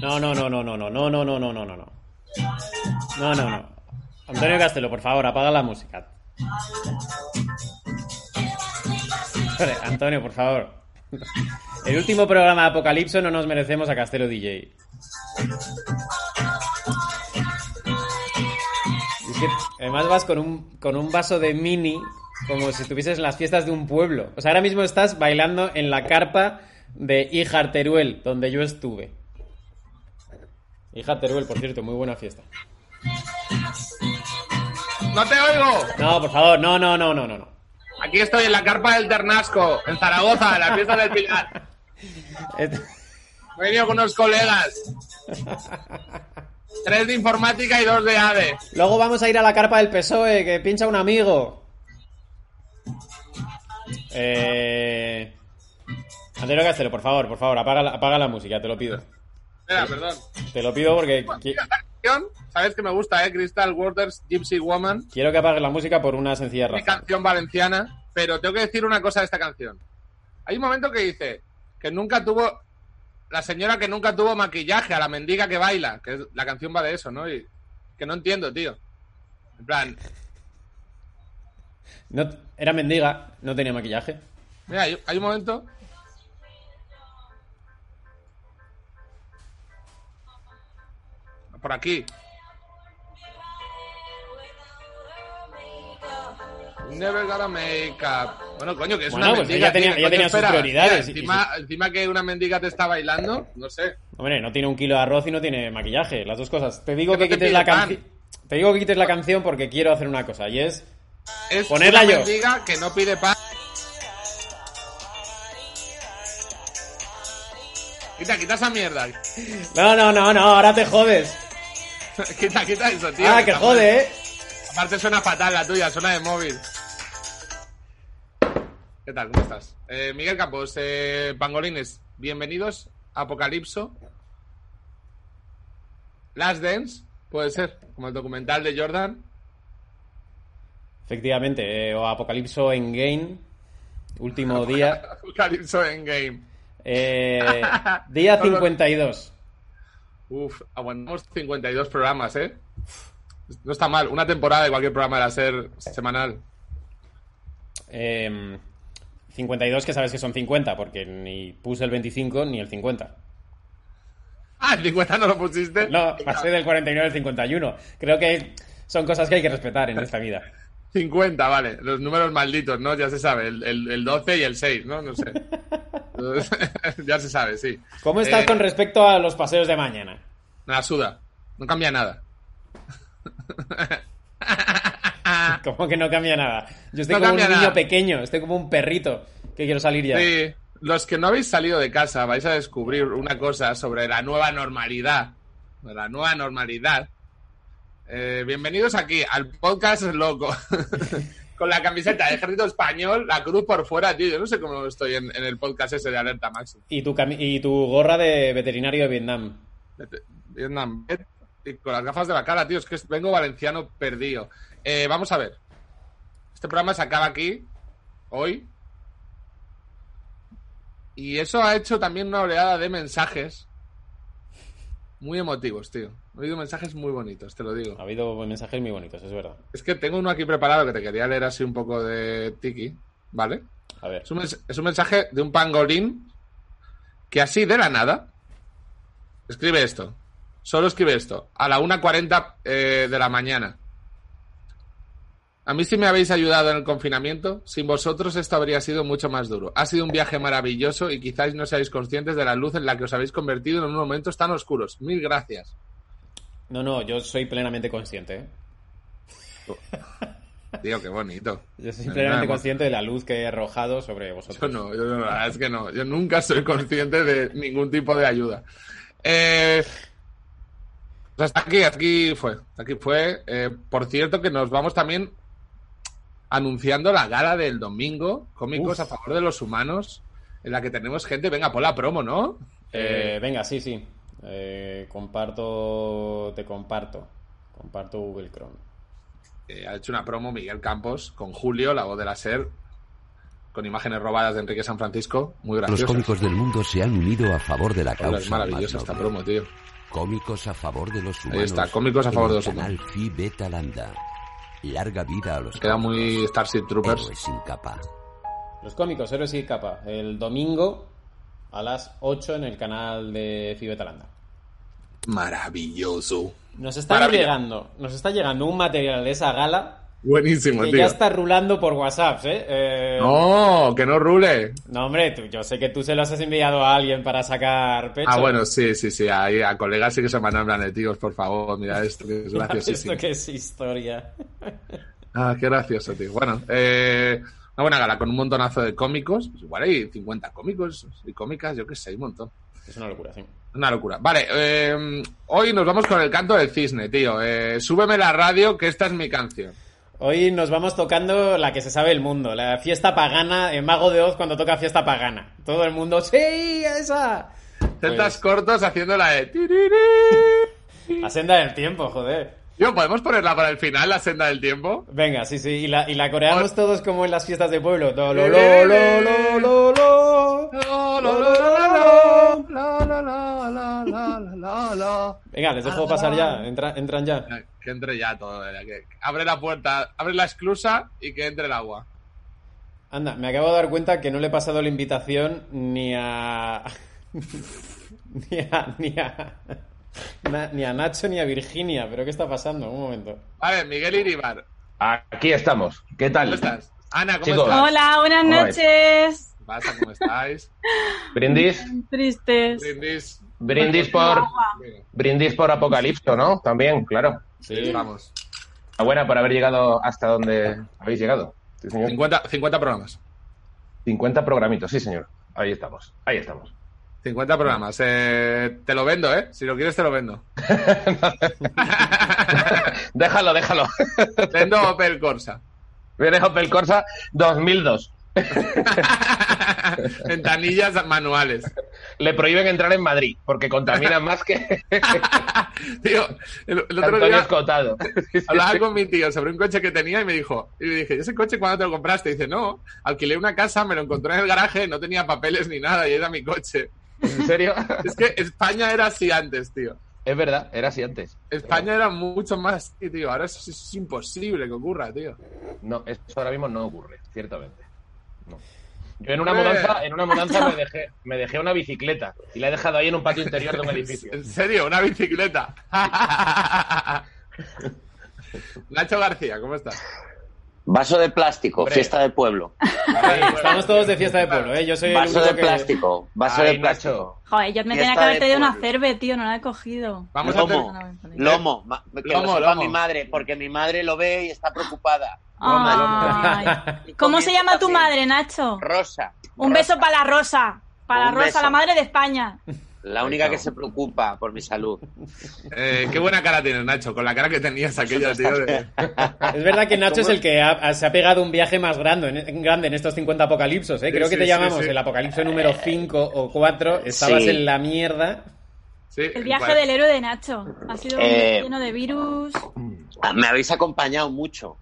No, no, no, no, no, no, no, no, no, no, no, no, no. No, no, no. Antonio Castelo, por favor, apaga la música. Joder, Antonio, por favor. El último programa de Apocalipso no nos merecemos a Castelo DJ. Y es que además vas con un, con un vaso de mini como si estuvieses en las fiestas de un pueblo. O sea, ahora mismo estás bailando en la carpa de Híjar Teruel, donde yo estuve. Hija Teruel, por cierto, muy buena fiesta. ¡No te oigo! No, por favor, no, no, no, no, no. no. Aquí estoy en la carpa del Ternasco, en Zaragoza, en la fiesta del Pilar. Esto- He venido con unos colegas. Tres de informática y dos de AVE. Luego vamos a ir a la carpa del PSOE, E, que pincha un amigo. Eh... Antonio Castelo, por favor, por favor, apaga la, apaga la música, te lo pido. Espera, perdón. Te lo pido porque qui- Sabes que me gusta, ¿eh? Crystal Waters, Gypsy Woman. quiero que apagues la música por una sencilla mi razón. canción valenciana, pero tengo que decir una cosa de esta canción. Hay un momento que dice que nunca tuvo la señora que nunca tuvo maquillaje a la mendiga que baila, que es- la canción va de eso, ¿no? Y que no entiendo, tío. En plan, No, era mendiga, no tenía maquillaje. mira, hay, hay un momento. Por aquí. Never gotta make up. Bueno, coño, que es Bueno, una pues mendiga. ella tenía- tío, ¿qué ella coño tenía sus espera? prioridades, Mira, y- encima, encima que una mendiga te está bailando, no sé. Hombre, no tiene un kilo de arroz y no tiene maquillaje, las dos cosas. Te digo Pero que te quites pide la canción. pan. Te digo que quites la canción porque quiero hacer una cosa y es Es Ponedla una yo. mendiga que no pide pan. Quita, quita esa mierda. No, no, no, no, ahora te jodes. quita, quita eso, tío. Ah, que que está mal. jode, eh. Aparte suena fatal la tuya, suena de móvil. ¿Qué tal? ¿Cómo estás? Eh, Miguel Campos, eh, Pangolines, bienvenidos a Apocalipso. Last Dance, puede ser, como el documental de Jordan. Efectivamente, eh, o Apocalipso en Game, último día. Apocalipso en Game. Eh, día No, no. 52. Uf, aguantamos 52 programas, ¿eh? No está mal, una temporada de cualquier programa era ser semanal. Eh, 52 que sabes que son 50, porque ni puse el 25 ni el 50. Ah, el 50 no lo pusiste. No, pasé del 49 al 51. Creo que son cosas que hay que respetar en esta vida. 50, vale. Los números malditos, ¿no? Ya se sabe. El, el- el 12 y el 6, ¿no? No sé. ya se sabe, sí. ¿Cómo estás Eh, con respecto a los paseos de mañana? Me la suda. No cambia nada. Como que no cambia nada. Yo estoy Ah. No como un cambia niño nada. pequeño, estoy como un perrito que quiero salir ya. Sí, los que no habéis salido de casa vais a descubrir una cosa sobre la nueva normalidad. De La nueva normalidad. Eh, bienvenidos aquí al podcast loco. Con la camiseta de ejército español, la cruz por fuera, tío. Yo no sé cómo estoy en, en el podcast ese de Alerta Máxima. Y, tu cami- y tu gorra de veterinario de Vietnam. Vietnam Vet, y con las gafas de la cara, tío. Es que vengo valenciano perdido. Eh, vamos a ver. Este programa se acaba aquí, hoy. Y eso ha hecho también una oleada de mensajes muy emotivos, tío. He oído mensajes muy bonitos, te lo Ha digo. habido mensajes muy bonitos, es verdad. Es que tengo uno aquí preparado que te quería leer así un poco de tiki, ¿vale? A ver. Es un, mens- es un mensaje de un pangolín que así de la nada escribe esto. Solo escribe esto. A la 1.40 eh, de la mañana. A mí sí me habéis ayudado en el confinamiento. Sin vosotros esto habría sido mucho más duro. Ha sido un viaje maravilloso y quizás no seáis conscientes de la luz en la que os habéis convertido en unos momentos tan oscuros. Mil gracias. No, no, yo soy plenamente consciente. ¿eh? Tío, qué bonito. Yo soy Nada, plenamente mo- consciente de la luz que he arrojado sobre vosotros. Yo no, yo no, la verdad es que no. Yo nunca soy consciente de ningún tipo de ayuda. Eh, pues hasta aquí, aquí fue. hasta Aquí fue. Eh, por cierto, que nos vamos también anunciando la gala del domingo, cómicos Uf. a favor de los humanos, en la que tenemos gente. Venga, pon la promo, ¿no? Eh, venga, sí, sí. Eh, comparto, te comparto. Comparto Google Chrome. Eh, ha hecho una promo Miguel Campos con Julio, la voz de la SER, con imágenes robadas de Enrique San Francisco. Muy Los graciosa. cómicos del mundo se han unido a favor de la Hola, causa. es maravillosa más esta noble. promo, tío. Cómicos a favor de los humanos. está, cómicos a en favor de el los humanos. Canal Phi Beta Lambda. Larga vida a los Queda muy Starship Troopers. héroes sin capa. Los cómicos, héroes y capa. El domingo a las 8 en el canal de Fibetalanda. Maravilloso. Nos está Maravilla. llegando, nos está llegando un material de esa gala Buenísimo, que tío. ya está rulando por WhatsApp, ¿eh? Eh, No, que no rule. no, hombre, tú- yo sé que tú se lo has enviado a alguien para sacar pecho. Ah, bueno, sí, sí, sí. Ahí a colegas sí que se mandan planeticos, por favor. Mira esto, que es Esto graciosísimo. que es historia. Ah, qué gracioso, tío. Bueno, eh, una buena gala con un montonazo de cómicos. Pues igual hay 50 cómicos y cómicas, yo qué sé, hay un montón. Es una locura, sí. Una locura. Vale, eh, hoy nos vamos con el canto del cisne, tío. Eh, súbeme la radio, que esta es mi canción. Hoy nos vamos tocando la que se sabe el mundo, la fiesta pagana, el mago de Oz cuando toca fiesta pagana. Todo el mundo, ¡sí! a ¡Esa! Pues- Tetas cortos haciendo la de... tirirí. La senda del tiempo, joder. Tío, ¿podemos ponerla para el final, la senda del tiempo? Venga, sí, sí, y la, y la coreamos Ol- todos como en las fiestas de pueblo. Lo, lo, lo, lo, lo, lo, lo. La, la, la, la, la, la, la, la, la, la. Venga, les dejo pasar ya, Entra- entran ya. Que entre ya todo. eh, que- Abre la puerta, abre la esclusa y que entre el agua. Anda, me acabo de dar cuenta que no le he pasado la invitación ni a. ni a. ni a. na- ni a Nacho ni a Virginia, pero ¿qué está pasando? Un momento. Vale, Miguel Iribar, Aquí estamos. ¿Qué tal? ¿cómo estás? Ana, ¿cómo Chicos. estás? Hola, buenas Hola. noches. Pasa, ¿cómo estáis? Brindis, Tristes. Brindis. brindis por Agua. brindis por Apocalipto, ¿no? También, claro. Sí. Vamos. Enhorabuena por haber llegado hasta donde habéis llegado. Sí, señor. 50, 50 programas. 50 programitos, sí, señor. Ahí estamos. Ahí estamos. 50 programas. Eh, te lo vendo, ¿eh? Si lo quieres, te lo vendo. Déjalo, déjalo. Vendo Opel Corsa. Vienes Opel Corsa 2002. Ventanillas manuales. Le prohíben entrar en Madrid porque contamina más que Tío, el, el otro Antonio día Escotado. Sí, sí, hablaba sí. con mi tío sobre un coche que tenía y me dijo, y le dije, ¿y ese coche cuándo te lo compraste? Y dice, no, alquilé una casa, me lo encontré en el garaje, no tenía papeles ni nada y era mi coche. ¿En serio? Es que España era así antes, tío. Es verdad, era así antes. España era mucho más así, tío. Ahora eso es, es imposible que ocurra, tío. No, eso ahora mismo no ocurre, ciertamente. No. Yo en una Hombre. mudanza, en una mudanza me dejé, me dejé una bicicleta y la he dejado ahí en un patio interior de un edificio. En serio, una bicicleta. Nacho García, ¿cómo estás? Vaso de plástico, Hombre. fiesta de pueblo. Estamos todos de fiesta de pueblo, ¿eh? Yo soy el Vaso único de que- plástico, vaso Ay, de plástico. Joder, yo me Fiesta tenía que haber de traído una pueblo. cerve, tío, no la he cogido. Vamos a hacer... Lomo, lomo, ma- que Lomo, lo sepa lomo. mi madre, porque mi madre lo ve y está preocupada. Ay. Ah. ¿Cómo se llama tu madre, Nacho? Rosa. Un Rosa, beso para la Rosa. Para Un Rosa, beso. la madre de España. La única que se preocupa por mi salud. Eh, qué buena cara tienes, Nacho, con la cara que tenías aquella, tío. de- Es verdad que Nacho es el que ha- ha- se ha pegado un viaje más grande en, grande en estos 50 apocalipsos, ¿eh? Creo Sí, que te sí, llamamos sí, sí. el apocalipso número 5 o 4. Estabas Sí. en la mierda. Sí, El viaje cual- del héroe de Nacho. Ha sido Eh. lleno de virus. Ah, Me habéis acompañado mucho.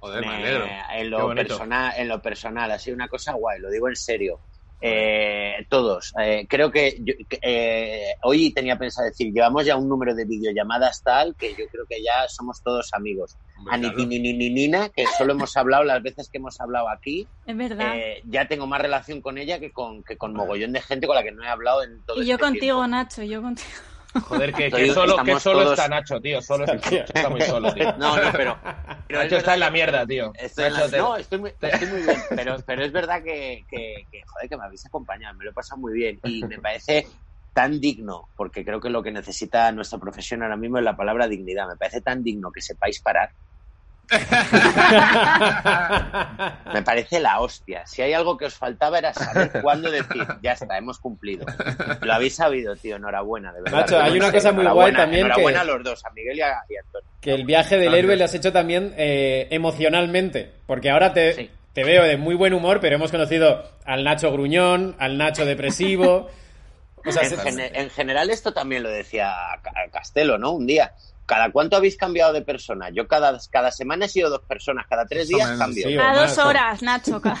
Joder, me Me- alegro. en, Qué lo bonito. personal, en lo personal, ha sido una cosa guay, lo digo en serio. Eh, todos, eh, creo que, yo- que, eh, hoy tenía pensado decir, llevamos ya un número de videollamadas tal que yo creo que ya somos todos amigos. Hombre, A ni- claro. ni- ni- ni- ni- Nina, que solo hemos hablado las veces que hemos hablado aquí, Es verdad. eh, ya tengo más relación con ella que con, que con mogollón de gente con la que no he hablado en todo y yo este contigo, tiempo. Nacho, yo contigo. Joder, que, que Estoy- solo, que estamos solo todos- está Nacho, tío. Solo está, Tío. está muy solo, tío. No, no, pero... pero es Nacho está verdad en la que- mierda, tío. Estoy en Nacho, la- te- No, estoy muy, estoy muy bien, pero, pero es verdad que, que- que, joder, que me habéis acompañado, me lo he pasado muy bien y me parece tan digno, porque creo que lo que necesita nuestra profesión ahora mismo es la palabra dignidad, me parece tan digno que sepáis parar, Ah. me parece la hostia, si hay algo que os faltaba era saber cuándo decir, ya está, hemos cumplido, lo habéis sabido, tío, enhorabuena, de verdad. Nacho, hay una Enhorabuena, cosa muy guay también que- Enhorabuena a los dos, a Miguel y a, y a Antonio. Que el viaje del Gracias. héroe lo has hecho también eh, emocionalmente. Porque ahora te, Sí. te veo de muy buen humor, pero hemos conocido al Nacho gruñón, al Nacho depresivo. O sea, en, se- gene- en general esto también lo decía Ca- Castelo, ¿no? Un día. ¿Cada cuánto habéis cambiado de persona? Yo cada, cada semana he sido dos personas, cada tres Más o días menos, cambio. sí, A Omar, dos con- horas, Nacho. ca-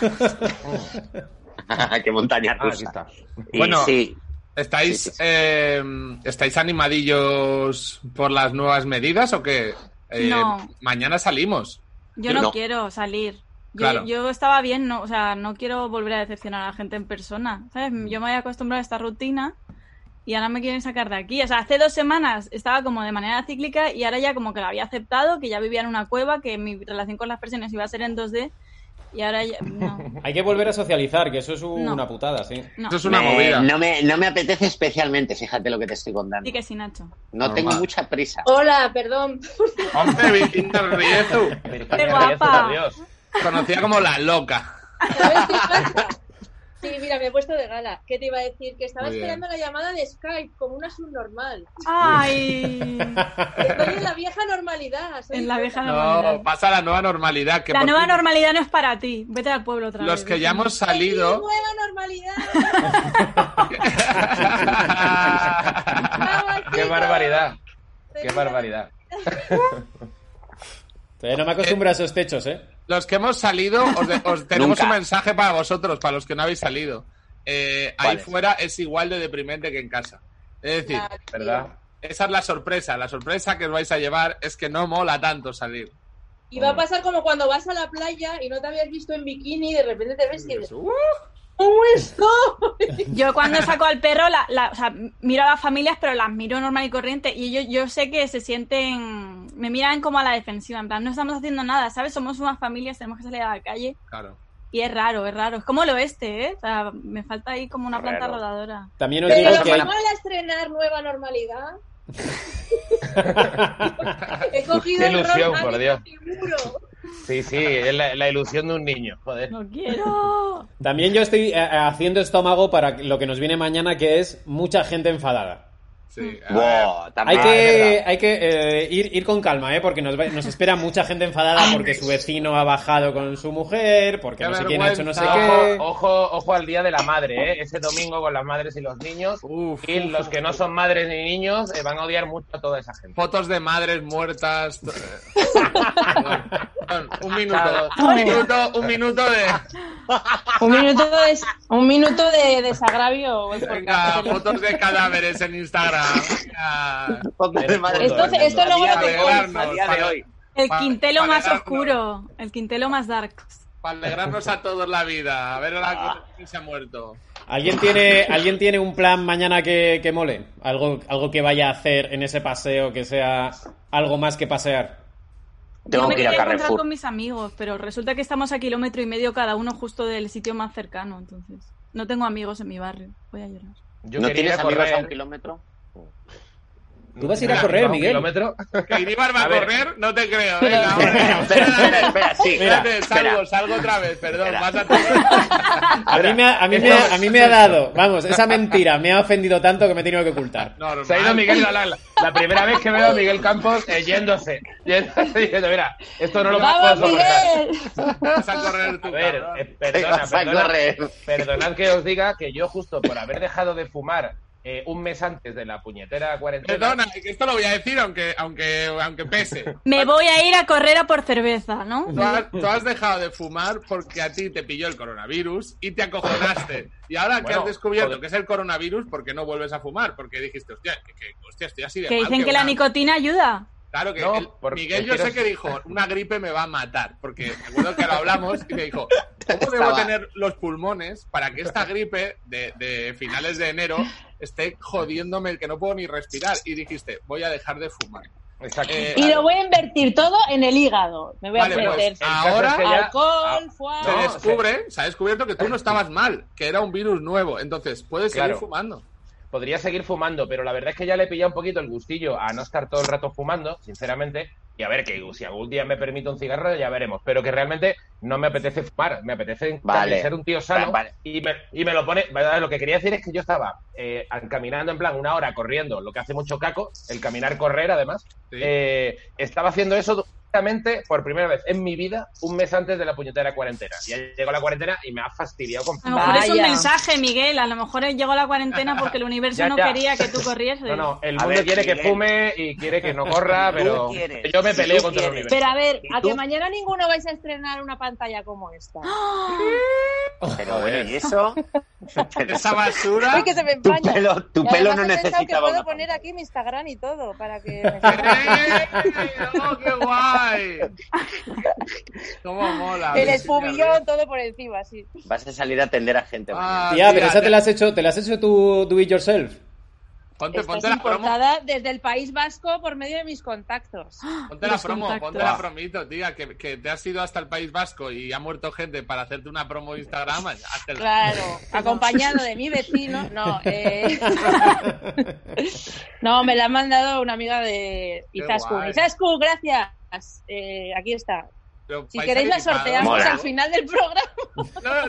¡Qué montaña Ah, aquí rusa! está. Y Bueno, sí, ¿Estáis, Sí, sí, sí. eh, ¿Estáis animadillos por las nuevas medidas o qué? Eh, No. Mañana salimos. Yo no, No. quiero salir. Yo, Claro. yo estaba bien, no, o sea, no quiero volver a decepcionar a la gente en persona. ¿Sabes? Mm. Yo me había acostumbrado a esta rutina y ahora me quieren sacar de aquí. O sea, hace dos semanas estaba como de manera cíclica y ahora ya como que lo había aceptado, que ya vivía en una cueva, que mi relación con las personas iba a ser en 2D y ahora ya. No, Hay que volver a socializar, que eso es una No. putada, sí. no. Eso es una me- movida. Eh, No me, no me apetece especialmente, fíjate lo que te estoy contando. Di que Oh, sí, Nacho. No Normal. tengo mucha prisa. Hola, perdón. Hombre, Virginia Riezu, Qué Virginia Riezu, guapa. adiós. conocida como la loca. ¿Sabes qué pasa? Sí, mira, me he puesto de gala. ¿Qué te iba a decir? Que estaba Muy bien. esperando la llamada de Skype como una subnormal. ¡Ay! Estoy en la vieja normalidad. soy En la yo. vieja normalidad. No, pasa la nueva normalidad. Que Ah, la por nueva fin normalidad no es para ti. Vete al pueblo otra vez. Los que ya hemos ¡Feliz salido. nueva normalidad! ¡Vamos, Qué chicos! barbaridad. Qué Feliz- barbaridad. Todavía no me acostumbro a esos techos, ¿eh? Los que hemos salido, os, de- os tenemos Nunca. un mensaje para vosotros, para los que no habéis salido. Eh, ahí ¿Cuál es? fuera es igual de deprimente que en casa. Es decir, Claro, tío. ¿Verdad? esa es la sorpresa. La sorpresa que os vais a llevar es que no mola tanto salir. Y va a pasar como cuando vas a la playa y no te habías visto en bikini y de repente te ves y dices, Uh, ¿cómo esto? Yo cuando saco al perro, la, la- o sea, miro a las familias, pero las miro normal y corriente. Y ellos, yo sé que se sienten. Me miran como a la defensiva. En plan, no estamos haciendo nada, ¿sabes? Somos unas familias, tenemos que salir a la calle. Claro. Y es raro, es raro. Es como el oeste, ¿eh? O sea, me falta ahí como una planta Raro. rodadora. También os Pero digo lo que que hay... mola estrenar nueva normalidad. He cogido Qué el rol ilusión, más por Dios. seguro. Sí, sí, es la, la ilusión de un niño. Joder. No quiero. También yo estoy eh, haciendo estómago para lo que nos viene mañana, que es mucha gente enfadada. Sí. Ah, A ver, Hmm. Buah, Ah, Hay también- que, hay que eh, ir, ir con calma, ¿eh? Porque nos, va- nos espera mucha gente enfadada porque su vecino ha bajado con su mujer, porque Qué no sé quién ha hecho no sé qué. Ojo, ojo, ojo al día de la madre, ¿eh? Ese domingo con las madres y los niños. Uf. Y los que no son madres ni niños eh, van a odiar mucho a toda esa gente. Fotos de madres muertas. to- Perdón, un minuto. Claro. Un minuto, un minuto de. Un minuto de, un minuto de desagravio. güey, porque Venga, fotos de cadáveres en Instagram. Venga. Ponte de madre. Esto- esto A luego día lo de hoy, contarnos, a día de para- hoy. El Pa- quintelo más paredarnos. oscuro. El quintelo más dark. Para alegrarnos a todos la vida. A ver a Ah. la que se ha muerto. ¿Alguien tiene, ¿Alguien tiene un plan mañana que, que mole? ¿Algo, algo que vaya a hacer en ese paseo que sea algo más que pasear. yo Tengo me que ir a quería encontrar Carrefour. con mis amigos, pero resulta que estamos a kilómetro y medio cada uno justo del sitio más cercano, entonces. No tengo amigos en mi barrio. Voy a llorar. Yo ¿No quería tienes ir a amigos correr. a un kilómetro? Tú vas a ir a Mira, correr, un Miguel. kilómetro. ¿Que Iribar va a, A ver. correr? No te creo. Venga, ahora. espera, espera, espera, sí. Espérate, espera. salgo, salgo otra vez. Perdón, Espera. vas a tener- A mí, me ha, a, mí me ha, a mí me ha dado, vamos, esa mentira me ha ofendido tanto que me he tenido que ocultar. Normal. Se ha ido Miguel la, la- la primera vez que veo a Miguel Campos eh, yéndose. Yéndose, diciendo, mira, esto no lo vas a ¡Vamos, poder soportar. Miguel! Vas a correr tú. A ver, cabrón. eh, Te perdona, vas a perdona, correr. perdonad que os diga que yo justo por haber dejado de fumar eh, un mes antes de la puñetera cuarentena... Perdona, que esto lo voy a decir aunque, aunque, aunque pese. Me voy a ir a correr a por cerveza, ¿no? Tú has, tú has dejado de fumar porque a ti te pilló el coronavirus y te acojonaste. Y ahora que Bueno, has descubierto joder. que es el coronavirus, ¿por qué no vuelves a fumar? Porque dijiste, hostia, que, que- hostia estoy así de Que mal, dicen que la una- nicotina ayuda. Claro que No, el- por- Miguel yo prefiero- sé que dijo, una gripe me va a matar, porque me acuerdo que lo hablamos y me dijo, ¿cómo debo Estaba- tener los pulmones para que esta gripe de, de finales de enero esté jodiéndome el que no puedo ni respirar? Y dijiste, voy a dejar de fumar. Exacto. Eh, Y lo voy a invertir todo en el hígado. Me voy a Vale, pues, meter El caso ahora es que ya- alcohol, se fuego. No, descubre, se ha descubierto que tú no estabas mal, que era un virus nuevo, entonces puedes seguir Claro. fumando. podría seguir fumando, pero la verdad es que ya le he pillado un poquito el gustillo a no estar todo el rato fumando, sinceramente. Y a ver, que si algún día me permito un cigarro, ya veremos. Pero que realmente no me apetece fumar, me apetece Vale. ser un tío sano. Vale. Y, me, y me lo pone. ¿verdad? Lo que quería decir es que yo estaba eh, caminando en plan una hora corriendo, lo que hace mucho caco, el caminar, correr además. Sí. Eh, estaba haciendo eso directamente, por primera vez en mi vida, un mes antes de la puñetera cuarentena. Ya llegó la cuarentena y me ha fastidiado con... A lo mejor es un Vaya. mensaje, Miguel. A lo mejor llegó la cuarentena porque el universo Ya, no ya. quería que tú corrieses. No, no, el A mundo ver, quiere que Miguel. fume y quiere que no corra, Tú pero quieres, yo me si peleo tú contra el quieres. universo. Pero a ver, a ¿Y tú? que mañana ninguno vais a estrenar una pantalla como esta. Pero bueno, ¿y eso? Esa Pero eso- basura. Ay, que se me tu empaña. pelo, tu Y pelo además no he pensado necesitaba que puedo una poner pantalla. aquí mi Instagram y todo para que ¡Eh! ¡Oh, qué guay! ¿Cómo mola? en el pubillón todo por encima, sí. Vas a salir a atender a gente. mañana. Ah, Tía, pero tía, esa te la has hecho, te la has hecho tú, do it yourself. Ponte, Estás ponte la promo, importada desde el País Vasco por medio de mis contactos. ponte la Los promo, contactos. ponte la promito, tía, que, que te has ido hasta el País Vasco y ha muerto gente para hacerte una promo de Instagram. hazte la- Claro, acompañado de mi vecino. No, eh... no, me la ha mandado una amiga de Qué Izascu. guay. Izascu, gracias. Eh, aquí está. Pero Si vais queréis la animados. sorteamos Mola. al final del programa.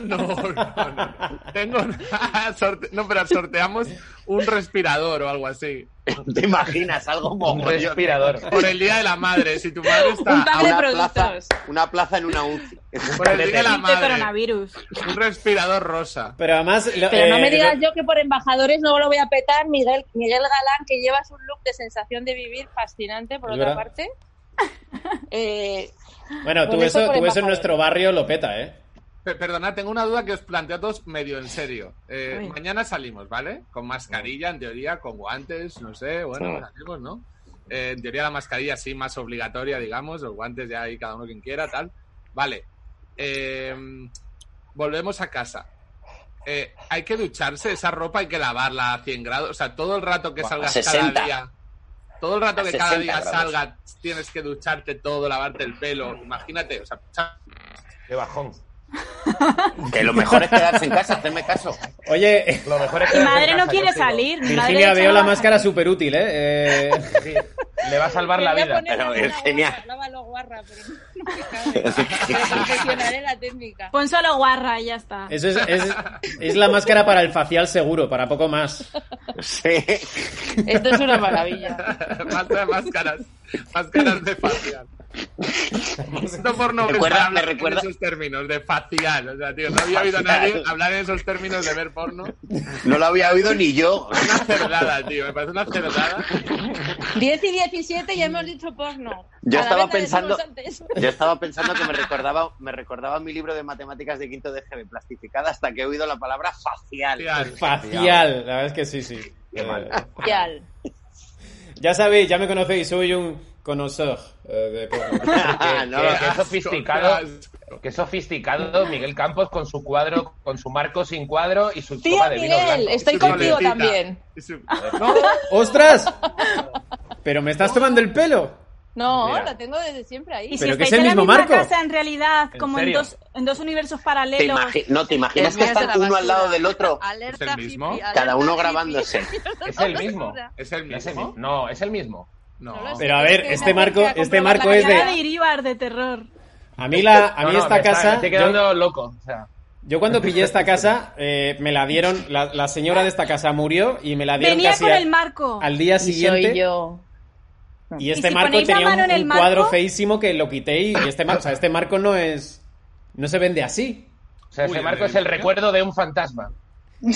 No, no, no, no. Tengo sorte- No, pero sorteamos un respirador o algo así. ¿Te imaginas algo Un mogollón? respirador. Por el Día de la Madre. Si tu madre Un está pack A de una plaza, productos. una plaza en una UCI. por el Día de la Kit de Madre. coronavirus. Un respirador rosa. Pero además. lo- Pero no eh, me digas lo- yo que por embajadores no lo voy a petar, Miguel, Miguel Galán, que llevas un look de sensación de vivir fascinante, por Es otra verdad. parte. Eh, Bueno, tú Bonito eso, por tú eso en embajador. nuestro barrio lo peta, ¿eh? Pe- Perdonad, tengo una duda que os planteo a todos medio en serio. Eh, Uy. mañana salimos, ¿vale? Con mascarilla, en teoría, con guantes, no sé, bueno, Sí. salimos, ¿no? Eh, en teoría la mascarilla sí, más obligatoria, digamos, los guantes ya ahí cada uno quien quiera, tal. Vale. Eh, volvemos a casa. Eh, hay que ducharse, esa ropa hay que lavarla a 100 grados, o sea, todo el rato que Buah, a salgas 60. cada día. Todo el rato A que cada 60 día grados. salgas tienes que ducharte todo, lavarte el pelo, imagínate, o sea, Qué bajón. Que lo mejor es quedarse en casa, hacerme caso. Oye, Lo mejor es que Mi desde madre no casa, quiere yo sigo. salir. mi madre Virginia, de hecho, veo no la va a máscara salir. súper útil, ¿eh? Eh, Sí, Le va a salvar la quería vida. poner Pero la es mala genial. guarra, lávalo guarra, pero no me cabe. Perfeccionaré la técnica. Pon solo guarra y ya está. Eso es, es, es la máscara para el facial seguro, para poco más. Sí. Esto es una maravilla. Máscara- máscaras. Máscaras de facial. Esto por no Recuerda- estar me hablando recuerda- en esos términos, de facial. O sea, tío, no había oído a Facial. nadie hablar en esos términos de ver porno. No lo había oído ni yo. Una cerdada, tío. Me parece una cerdada. 10 y 17 ya hemos dicho porno. Yo A la estaba vez la pensando- decimos antes. Yo estaba pensando que me recordaba, me recordaba mi libro de matemáticas de quinto de GB plastificada hasta que he oído la palabra facial. Facial. Facial, la verdad es que sí, sí. Real. Ya sabéis, ya me conocéis, soy un connoisseur eh, de porno. Ah, no, Qué- Qué qué asco, sofisticado. qué asco. Qué sofisticado Miguel Campos con su cuadro, con su marco sin cuadro y su Tío copa de vino Miguel, blanco. estoy Su contigo coletita. también. Y su- ¡Ostras! ¿Pero me estás tomando el pelo? No, Mira. lo tengo desde siempre ahí. Y si Pero que estáis es el en la mismo misma marco. casa, en realidad, ¿En como en serio? dos, en dos universos te paralelos. imagi- no, ¿te imaginas que Envías a están la uno al lado basura. del otro? Ah, Alerta ¿Es el mismo? hippie, Cada alerta uno hippie. grabándose. Es el mismo. ¿Es el ¿Es el mismo? mismo? No, es el mismo. No. No lo sé. Pero a ver, este marco, este marco La es cara de de... Iríbar de terror. A mí, la, a mí No, no, me esta está- me casa... estoy yo- quedando loco. o sea. Yo cuando pillé esta casa, eh, me la dieron, la, la señora de esta casa murió y me la dieron Venía casi con a- el marco. al día siguiente. soy yo. Y este ¿Y si marco ponéis la tenía un, mano en el un marco? cuadro feísimo que lo quité y, y este marco, o sea, este marco no es, no se vende así. O sea, Uy, ese el marco del es el niño. recuerdo de un fantasma.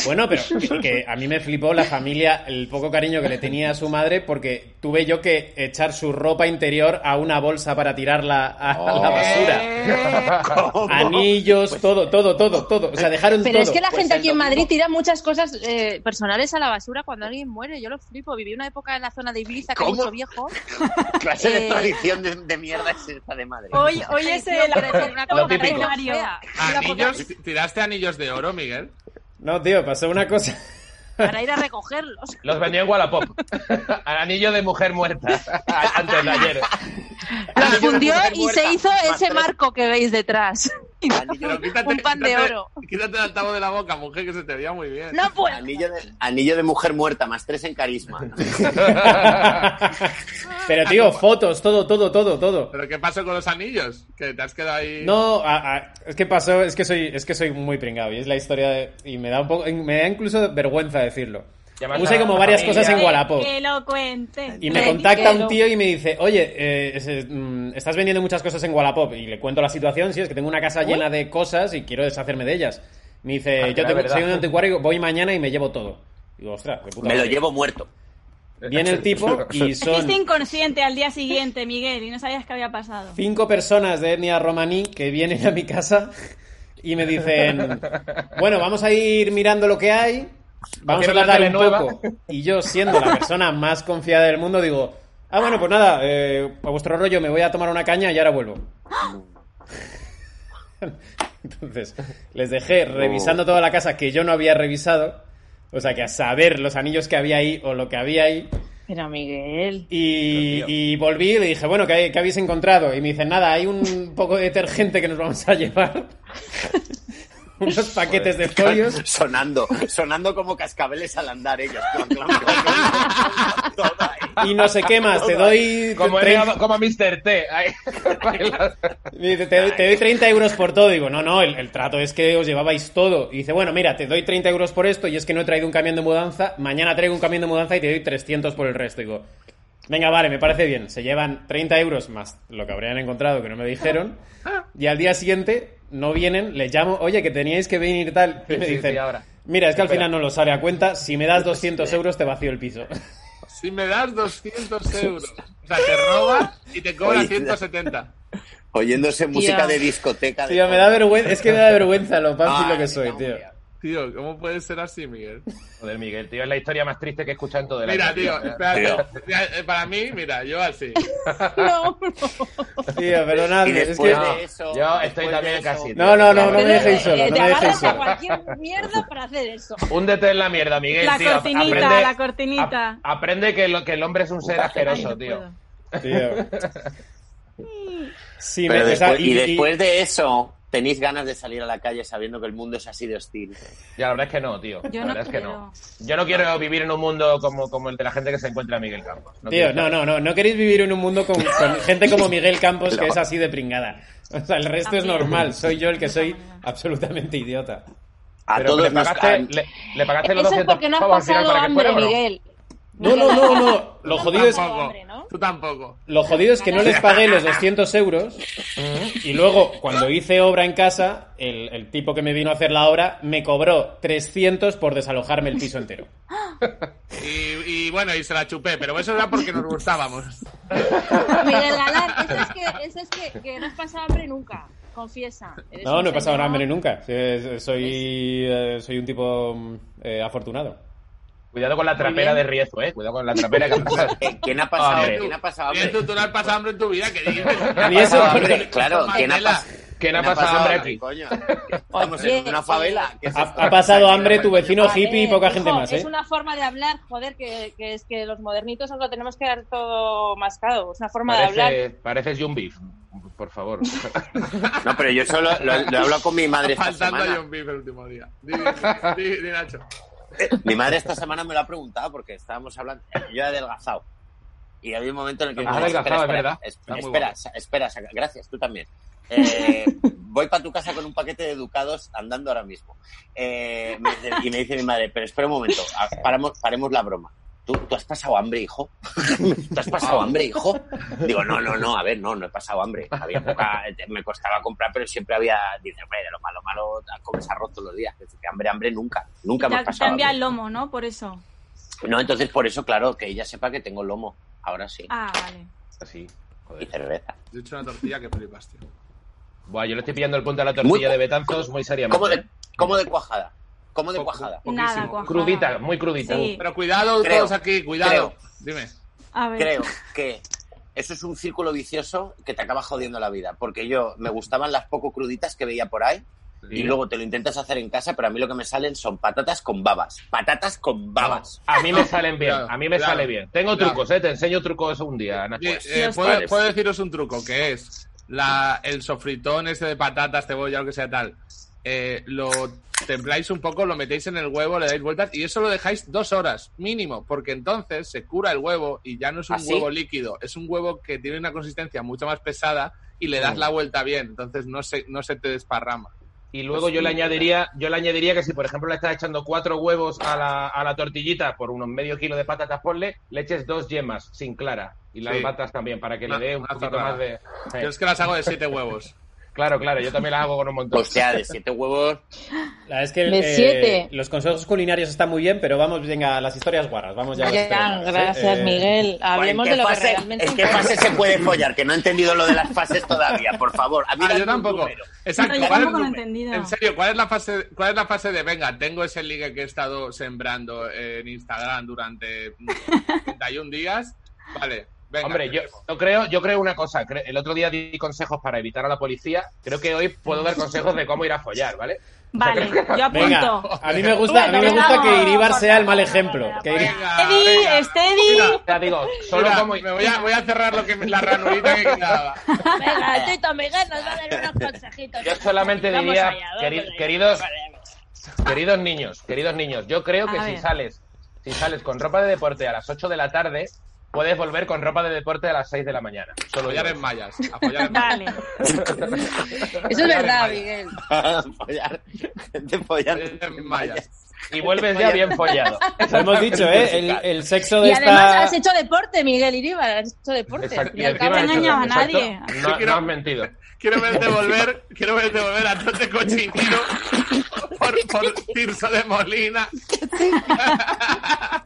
Bueno, pero que, que a mí me flipó la familia, el poco cariño que le tenía a su madre porque tuve yo que echar su ropa interior a una bolsa para tirarla a, a Oh. la basura. Eh, Anillos, todo, todo, todo, todo. O sea, dejaron Pero todo. es que la Pues gente el aquí en domingo- Madrid tira muchas cosas eh, personales a la basura cuando alguien muere. Yo lo flipo. Viví una época en la zona de Ibiza que hay ¿Cómo? mucho viejo. clase de Eh. tradición de, de mierda es esta de madre. Hoy, hoy es el Pero decir una Lo cosa típico. reinario. ¿Anillos? ¿Tiraste anillos de oro, Miguel? No, tío, pasó una cosa. Para ir a recogerlos. Los vendió en Wallapop. Al anillo de mujer muerta. a- Antes de ayer. Los Anillos de fundió mujer y muerta, se hizo más ese tres. marco que veis detrás. Pero quítate- Un pan de quítate- oro. Quítate el altavoz de la boca, mujer, que se te veía muy bien. No puedo. Anillo de, anillo de mujer muerta, más tres en carisma. Pero tío, fotos, todo, todo, todo, todo. ¿Pero qué pasó con los anillos? Que te has quedado ahí... No, a- a- es que pasó, es que soy, es que soy muy pringado y es la historia de- y me da un poco, me da incluso vergüenza decirlo. Llamas Puse a como la varias familia. cosas en Wallapop. Que lo cuente. Y me Que- contacta que un lo- tío y me dice, oye, eh, es- es, mm, estás vendiendo muchas cosas en Wallapop. Y le cuento la situación, sí, es que tengo una casa llena de cosas y quiero deshacerme de ellas. Me dice, Ah, que yo era tengo- verdad. soy un anticuario, y voy mañana y me llevo todo. Digo, ostras, qué puta Me lo madre". llevo muerto. Viene el tipo y son Fuiste inconsciente al día siguiente, Miguel, y no sabías qué había pasado. cinco personas de etnia romaní que vienen a mi casa y me dicen, bueno, vamos a ir mirando lo que hay, vamos a Cogieron la tardar un telenueva. poco. Y yo, siendo la persona más confiada del mundo, digo, ah, bueno, pues nada, eh, a vuestro rollo me voy a tomar una caña y ahora vuelvo. Entonces, les dejé revisando toda la casa que yo no había revisado. O sea, que a saber los anillos que había ahí o lo que había ahí. Pero Miguel. Y, y volví y le dije, bueno, ¿qué, qué habéis encontrado? Y me dicen, nada, hay un poco de detergente que nos vamos a llevar. Unos paquetes de folios. Sonando, sonando como cascabeles al andar, ellos. Clon, clon, clon, clon, clon, todo ahí. Y no sé qué más, te doy... Como, 30 era- como a Mr. T. ahí, bailando. Y dice, te, doy- te doy 30 euros por todo. Digo, no, no, el, el trato es que os llevabais todo. Y dice, bueno, mira, te doy 30 euros por esto y es que no he traído un camión de mudanza. Mañana traigo un camión de mudanza y te doy 300 por el resto. Digo, venga, vale, me parece bien. Se llevan 30 euros más lo que habrían encontrado que no me dijeron. Y al día siguiente no vienen, les llamo, oye, que teníais que venir tal. Y Sí, me sí, dicen, sí, ahora. mira, es que al Espera. final no lo sale a cuenta. Si me das 200 euros, te vacío el piso. Si me das 200 euros, o sea, te roba y te cobra Oye, 170. Oyéndose música Tío. de discoteca. de Tío, me da vergüenza, es que me da vergüenza lo Ah, pánfilo que soy, no, tío. mira. Tío, ¿cómo puede ser así, Miguel? Joder, Miguel, tío, es la historia más triste que he escuchado en todo el Mira, año, tío, espérate. Mira, eh, Para mí, mira, yo así. No, Tío, perdonadme, Y es después que... No, de eso, yo después estoy de también eso. casi. No, no, no, no me pero, dejéis solo, eh, no te me dejéis agarras solo. a cualquier mierda para hacer eso. Húndete en la mierda, Miguel, La tío. cortinita, aprende, la cortinita. ap- aprende que, lo- que el hombre es un ser Ay, asqueroso, no tío. puedo. Tío. Sí, Pero me, o sea, después- y- y y- después de eso, tenéis ganas de salir a la calle sabiendo que el mundo es así de hostil. Ya, la verdad es que no, tío. la Yo no verdad es que quiero. no. Yo no quiero vivir en un mundo como, como el de la gente que se encuentra Miguel Campos. Tío, quiero no, no, no, no queréis vivir en un mundo con, con gente como Miguel Campos que es así de pringada. O sea, el resto es También. normal, soy yo el que De soy esa manera. absolutamente idiota. A Pero todos le nos pagaste, han- le, le pagaste los Eso es 200 porque no has pavos al final pasado para que fuera, hambre, ¿o no? Miguel. No, no, no, no. Lo jodido es, Tampoco. hambre, ¿no? Tú tampoco. lo jodido es que no les pagué los 200 euros y luego, cuando hice obra en casa, el, el tipo que me vino a hacer la obra me cobró 300 por desalojarme el piso entero. Y, y bueno, y se la chupé, pero eso era porque nos gustábamos. Miguel Galán, eso es que, eso es que, que no has pasado hambre nunca, confiesa. Eres No, un no he pasado señor. hambre nunca. Eh, Soy, eh, soy un tipo mm, eh, afortunado. Cuidado con la trapera de Riezo, eh. Cuidado con la trapera que Eh, ¿Quién ha Ah, pasado? Hombre. ¿Quién ha pasado? Bien, hambre? tú, tú no has pasado hambre en tu vida, que dices. Ni eso, Ah, hombre, Claro, ¿quién ha, Mandela. pas- ¿Quién ha pasado hambre aquí? Coño, estamos en una favela. ¿Qué es esto? Ha, ha pasado hambre tu vecino Vale, hippie y poca gente hijo, más, ¿eh? Es una forma de hablar, joder, que, que es que los modernitos nos lo tenemos que dar todo mascado. Es una forma de hablar. Parece, pareces John Beef, por favor. No, pero yo solo lo, lo hablo con mi madre esta Faltando a semana. John Beef el último día. Di, di- di, Nacho. Mi madre esta semana me lo ha preguntado porque estábamos hablando. Yo he adelgazado. Y había un momento en el Has que... me dijo, adelgazado, espera, es verdad. es- Está muy Espera, guapo. sa- espera, saca- gracias, tú también. Eh, voy para tu casa con un paquete de educados andando ahora mismo. Eh, me dice- y me dice mi madre, pero espera un momento, a- paramos, paremos la broma. ¿Tú, tú has pasado hambre, hijo? ¿Tú has pasado hambre, hijo? Digo, no, no, no, a ver, no, no he pasado hambre. Había poca, me costaba comprar, pero siempre había, dice, hombre, de lo malo, malo, comes arroz todos los días. Dice, que hambre, hambre, nunca, nunca me Te has pasado cambia el hambre. lomo, ¿no? Por eso. No, entonces por eso, claro, que ella sepa que tengo lomo, ahora sí, Ah, vale. Así. y cerveza. Yo he hecho una tortilla que flipas, tío. Buah, yo le estoy pillando el punto a la tortilla Muy- de Betanzos muy seriamente. ¿Cómo de, ¿eh? cómo de cuajada? ¿Cómo de Po- cuajada? po- Nada, poquísimo. cuajada. Ah. Crudita, muy crudita. Sí. Pero cuidado Creo. todos aquí, cuidado. Dime. A ver. Creo que eso es un círculo vicioso que te acaba jodiendo la vida. Porque yo me gustaban las poco cruditas que veía por ahí. Y luego te lo intentas hacer en casa, pero a mí lo que me salen son patatas con babas. Patatas con babas. A mí me salen bien, Claro, a mí me claro, sale bien. Tengo claro. trucos, eh. Te enseño trucos un día, Nacho. Eh, eh, Los puedo, padres. puedo deciros un truco, que es la, el sofritón ese de patatas, cebolla, lo que sea tal. Eh, lo templáis un poco, lo metéis en el huevo, le dais vueltas y eso lo dejáis dos horas mínimo, porque entonces se cura el huevo y ya no es un ¿Ah, sí? huevo líquido, es un huevo que tiene una consistencia mucho más pesada y le das la vuelta bien, entonces no se, no se te desparrama. Y luego yo le añadiría, yo le añadiría que si, por ejemplo, le estás echando cuatro huevos a la, a la tortillita por unos medio kilo de patatas, ponle, le eches dos yemas sin clara. Y las Sí. batas también, para que Una- le dé un una poquito zorrada. más de. Sí. Yo es que las hago de siete huevos. Claro, claro, yo también las hago con un montón. Hostia, de siete huevos. La verdad es que De eh, siete. los consejos culinarios están muy bien, pero vamos, venga, las historias guarras. Vamos ya. a las Ya, historias guarras, ¿eh? gracias, Eh, Miguel. Hablemos ¿En qué de lo que fase- realmente ¿En qué importa. fase se puede follar? Que no he entendido lo de las fases todavía, por favor. A mí Ah, dame yo un tampoco. número. Exacto. No, yo ¿cuál es tampoco lo el he número? entendido. En serio, ¿cuál es la fase? ¿Cuál es la fase de venga? Tengo ese ligue que he estado sembrando en Instagram durante mm, 31 días. Vale. Venga. Hombre, yo, empecemos. yo creo, yo creo una cosa. cre- El otro día di consejos para evitar a la policía. Creo que hoy puedo dar consejos de cómo ir a follar, ¿vale? Vale, yo Venga, apunto. a mí me gusta, a mí me gusta que Iribar sea el mal ejemplo. Que Iri- Venga, Steady, venga. steady. Mira, Ya digo, Eh, solo mira, como. me voy a, voy a cerrar lo que, la ranurita que quedaba. Venga, el Tito Miguel nos va a dar unos consejitos. Yo solamente Vamos diría, allá, vamos queri- allá. queridos- Queridos niños, queridos niños, yo creo que A si ver. sales, si sales con ropa de deporte a las 8 de la tarde, puedes volver con ropa de deporte a las 6 de la mañana. A follar en mallas. A follar en mallas. Vale. Eso es verdad, Miguel. follar, de follar En mallas. Y vuelves ya bien follado. Lo hemos dicho, ¿eh? El, el sexo de Y además esta. has hecho deporte, Miguel Iribar, has hecho deporte. Exacto, Y y al encima cabo- No he engañado a exacto, nadie. No, no has mentido. Quiero verte volver, quiero verte volver a Tote Cochinero por, por Tirso de Molina.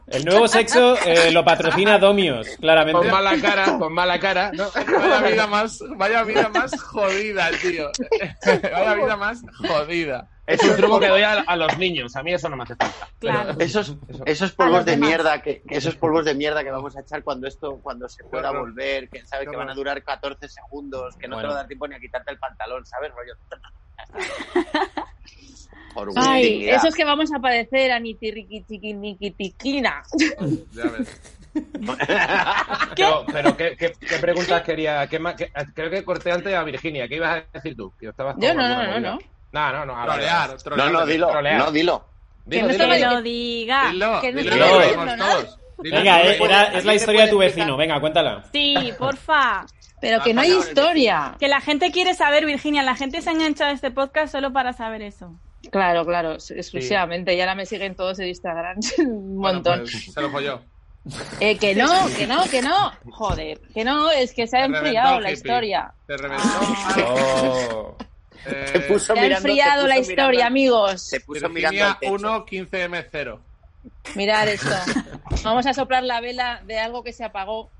El nuevo sexo eh, lo patrocina Domios, claramente. Con mala cara, con mala cara, ¿no? Vaya vida más, vaya vida más jodida, tío. Vaya vida más jodida. Es un truco que doy a, a los niños, a mí eso no me hace falta. Claro. Esos, esos A polvos Ah, los de demás. mierda que esos polvos de mierda que vamos a echar cuando esto cuando se pueda horror. volver, que sabes Qué que van a horror. durar 14 segundos, que no Bueno. te va a dar tiempo ni a quitarte el pantalón, ¿sabes? Rollo. Por Ay, dignidad. eso es que vamos a padecer a nitirriquichiquiniquitiquina. Ya ves. Pero, pero ¿qué, qué, qué preguntas quería? qué más- qué- creo que corté antes a Virginia. ¿Qué ibas a decir tú? Que estabas Yo con no, alguna no, no, movida. no. No, no, no. ah, vale, Trolear, vale. No, trolear. no, dilo, Trolear. no, dilo. Dilo, Que dilo, no estaba Que dilo. lo diga. Dilo, Que no dilo, estoy lo diciendo decimos nada. todos. Dilo, Venga, tú eh, lo era- es puedes- la aquí te historia de tu puedes vecino, venga, cuéntala. Sí, porfa. Pero que no hay historia. Que la gente quiere saber, Virginia, la gente se ha enganchado a este podcast solo para saber eso. Claro, claro, exclusivamente. Y ahora me siguen todos en Instagram. Un Bueno, montón. pues, se lo folló. Eh, que no, que no, que no. Joder, que no, es que se ha Te reventó, enfriado la hippie. historia. Te reventó. Oh. Eh, Te puso Se ha mirando- enfriado te puso la mirando- historia, amigos. Se puso mirando Virginia al techo. 1, 15 M0. Mirad esto. Vamos a soplar la vela de algo que se apagó.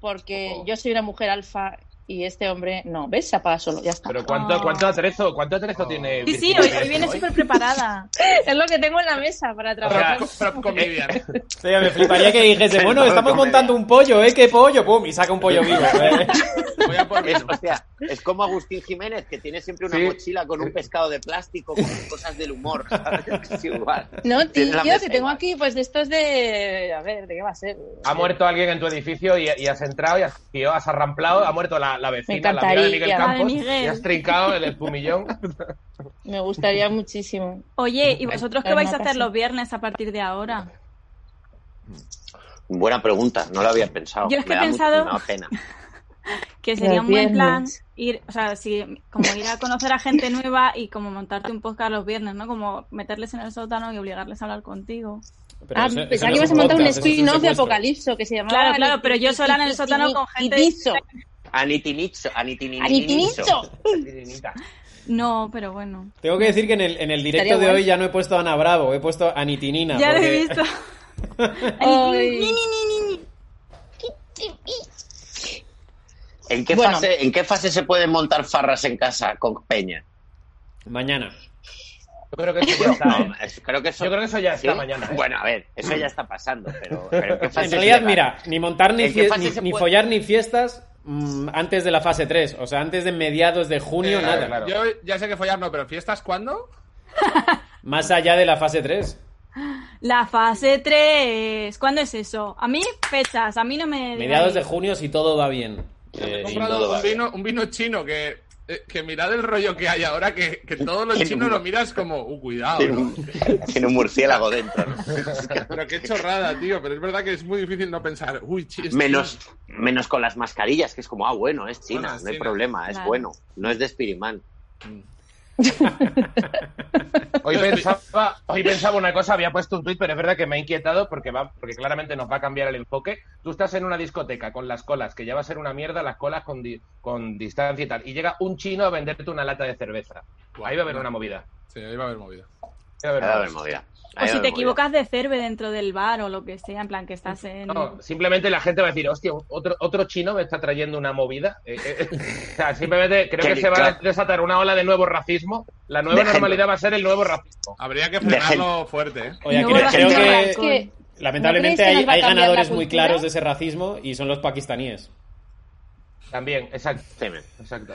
Porque yo soy una mujer alfa y este hombre no. ¿Ves? Se apaga solo, ya está. Pero ¿cuánto, Oh. cuánto atrezo, cuánto atrezo tiene Sí, sí, Virginia hoy, Viera hoy viene súper preparada. Es lo que tengo en la mesa para trabajar. Prop- prop Eh, comedian. Sí, me fliparía que dijese, bueno, estamos montando un pollo, ¿eh? ¿Qué pollo? ¡Pum! Y saca un pollo vivo. ¿eh? Voy a por Es, vino. o sea, es como Agustín Jiménez, que tiene siempre una Sí. mochila con un pescado de plástico, con cosas del humor. ¿sabes? Es igual. No, Tiene tío, la que mesa tengo igual. aquí, pues de estos de. A ver, ¿de qué va a ser? Ha muerto alguien en tu edificio y, y has entrado y has, y has arramplado. Ha muerto la, la Me vecina, la amiga encantaría. de Miguel La de Campos. Miguel. Y has trincado el espumillón. Me gustaría muchísimo. Oye, ¿y vosotros qué vais a hacer Carmacasa. los viernes a partir de ahora? Buena pregunta, no lo había pensado. Yo es que Me he da pensado- muchísima pena. Que sería Los un buen plan viernes. ir, o sea, si, como ir a conocer a gente nueva y como montarte un podcast los viernes, ¿no? Como meterles en el sótano y obligarles a hablar contigo. Pero Ah, eso- eso pensaba no que es ibas a montar un podcast, eso es spin-off de secuestro. Apocalipso que se llamaba. Claro, claro, pero yo sola en el sótano con gente- Ibizo. Anitinicho, anitinininicho. Anitinicho. Sirenita. No, pero bueno. Tengo que decir que en el, en el directo Estaría de guay. hoy ya no he puesto a Ana Bravo, he puesto a Nitinina. ya lo porque- he visto. Ay. ¿En qué, Bueno. fase, ¿En qué fase se pueden montar farras en casa con Peña? Mañana. Yo creo que eso ya está. ¿eh? No, es- creo que eso, Yo creo que eso ya está ¿sí? mañana. ¿eh? Bueno, a ver, eso ya está pasando, pero, pero ¿en qué fase En realidad, llega? mira, ni montar ni, ¿En qué fie- fase ni- se ni puede? follar ni fiestas mm, antes de la fase 3, o sea, antes de mediados de junio, Eh, nada. claro. Yo ya sé que follar no, pero ¿fiestas cuándo? Más allá de la fase 3. La fase 3. ¿Cuándo es eso? A mí, fechas. A mí no me. Mediados de digáis. junio si todo va bien. Eh, He Sí, comprado todo un vale. vino, un vino chino que, eh, que mirad el rollo que hay ahora, que, que todos los Qué chinos lo duro. miras como, uh, cuidado, Tiene ¿no? un, tiene un murciélago dentro. ¿no? Pero qué chorrada, tío. Pero es verdad que es muy difícil no pensar, uy, chi- este es Menos, menos con las mascarillas, que es como, ah, bueno, es China, Bueno, es no hay China. problema, es Claro. bueno, no es de Spirimán. Hoy pensaba, hoy pensaba una cosa, había puesto un tuit, pero es verdad que me ha inquietado porque, va, porque claramente nos va a cambiar el enfoque. Tú estás en una discoteca con las colas, que ya va a ser una mierda las colas con, di- con distancia y tal, y llega un chino a venderte una lata de cerveza. Ahí va a haber una movida. Sí, ahí va a haber movida. Ahí va a haber Ahí va a una haber movida. O Ahí va a si haber te movida. equivocas de cerve dentro del bar o lo que sea, en plan que estás en... No, simplemente la gente va a decir, hostia, otro, otro chino me está trayendo una movida. Eh, eh, eh. O sea, simplemente creo Qué que se va a claro. desatar una ola de nuevo racismo. La nueva De gente. normalidad va a ser el nuevo racismo. Habría que De gente. frenarlo fuerte, ¿eh? Oye, No creo, borras creo el que, barranco. Es que lamentablemente ¿No crees que hay, nos va a hay cambiar la ganadores muy cultura? claros de ese racismo y son los pakistaníes. También, exacto. Sí, men. exacto.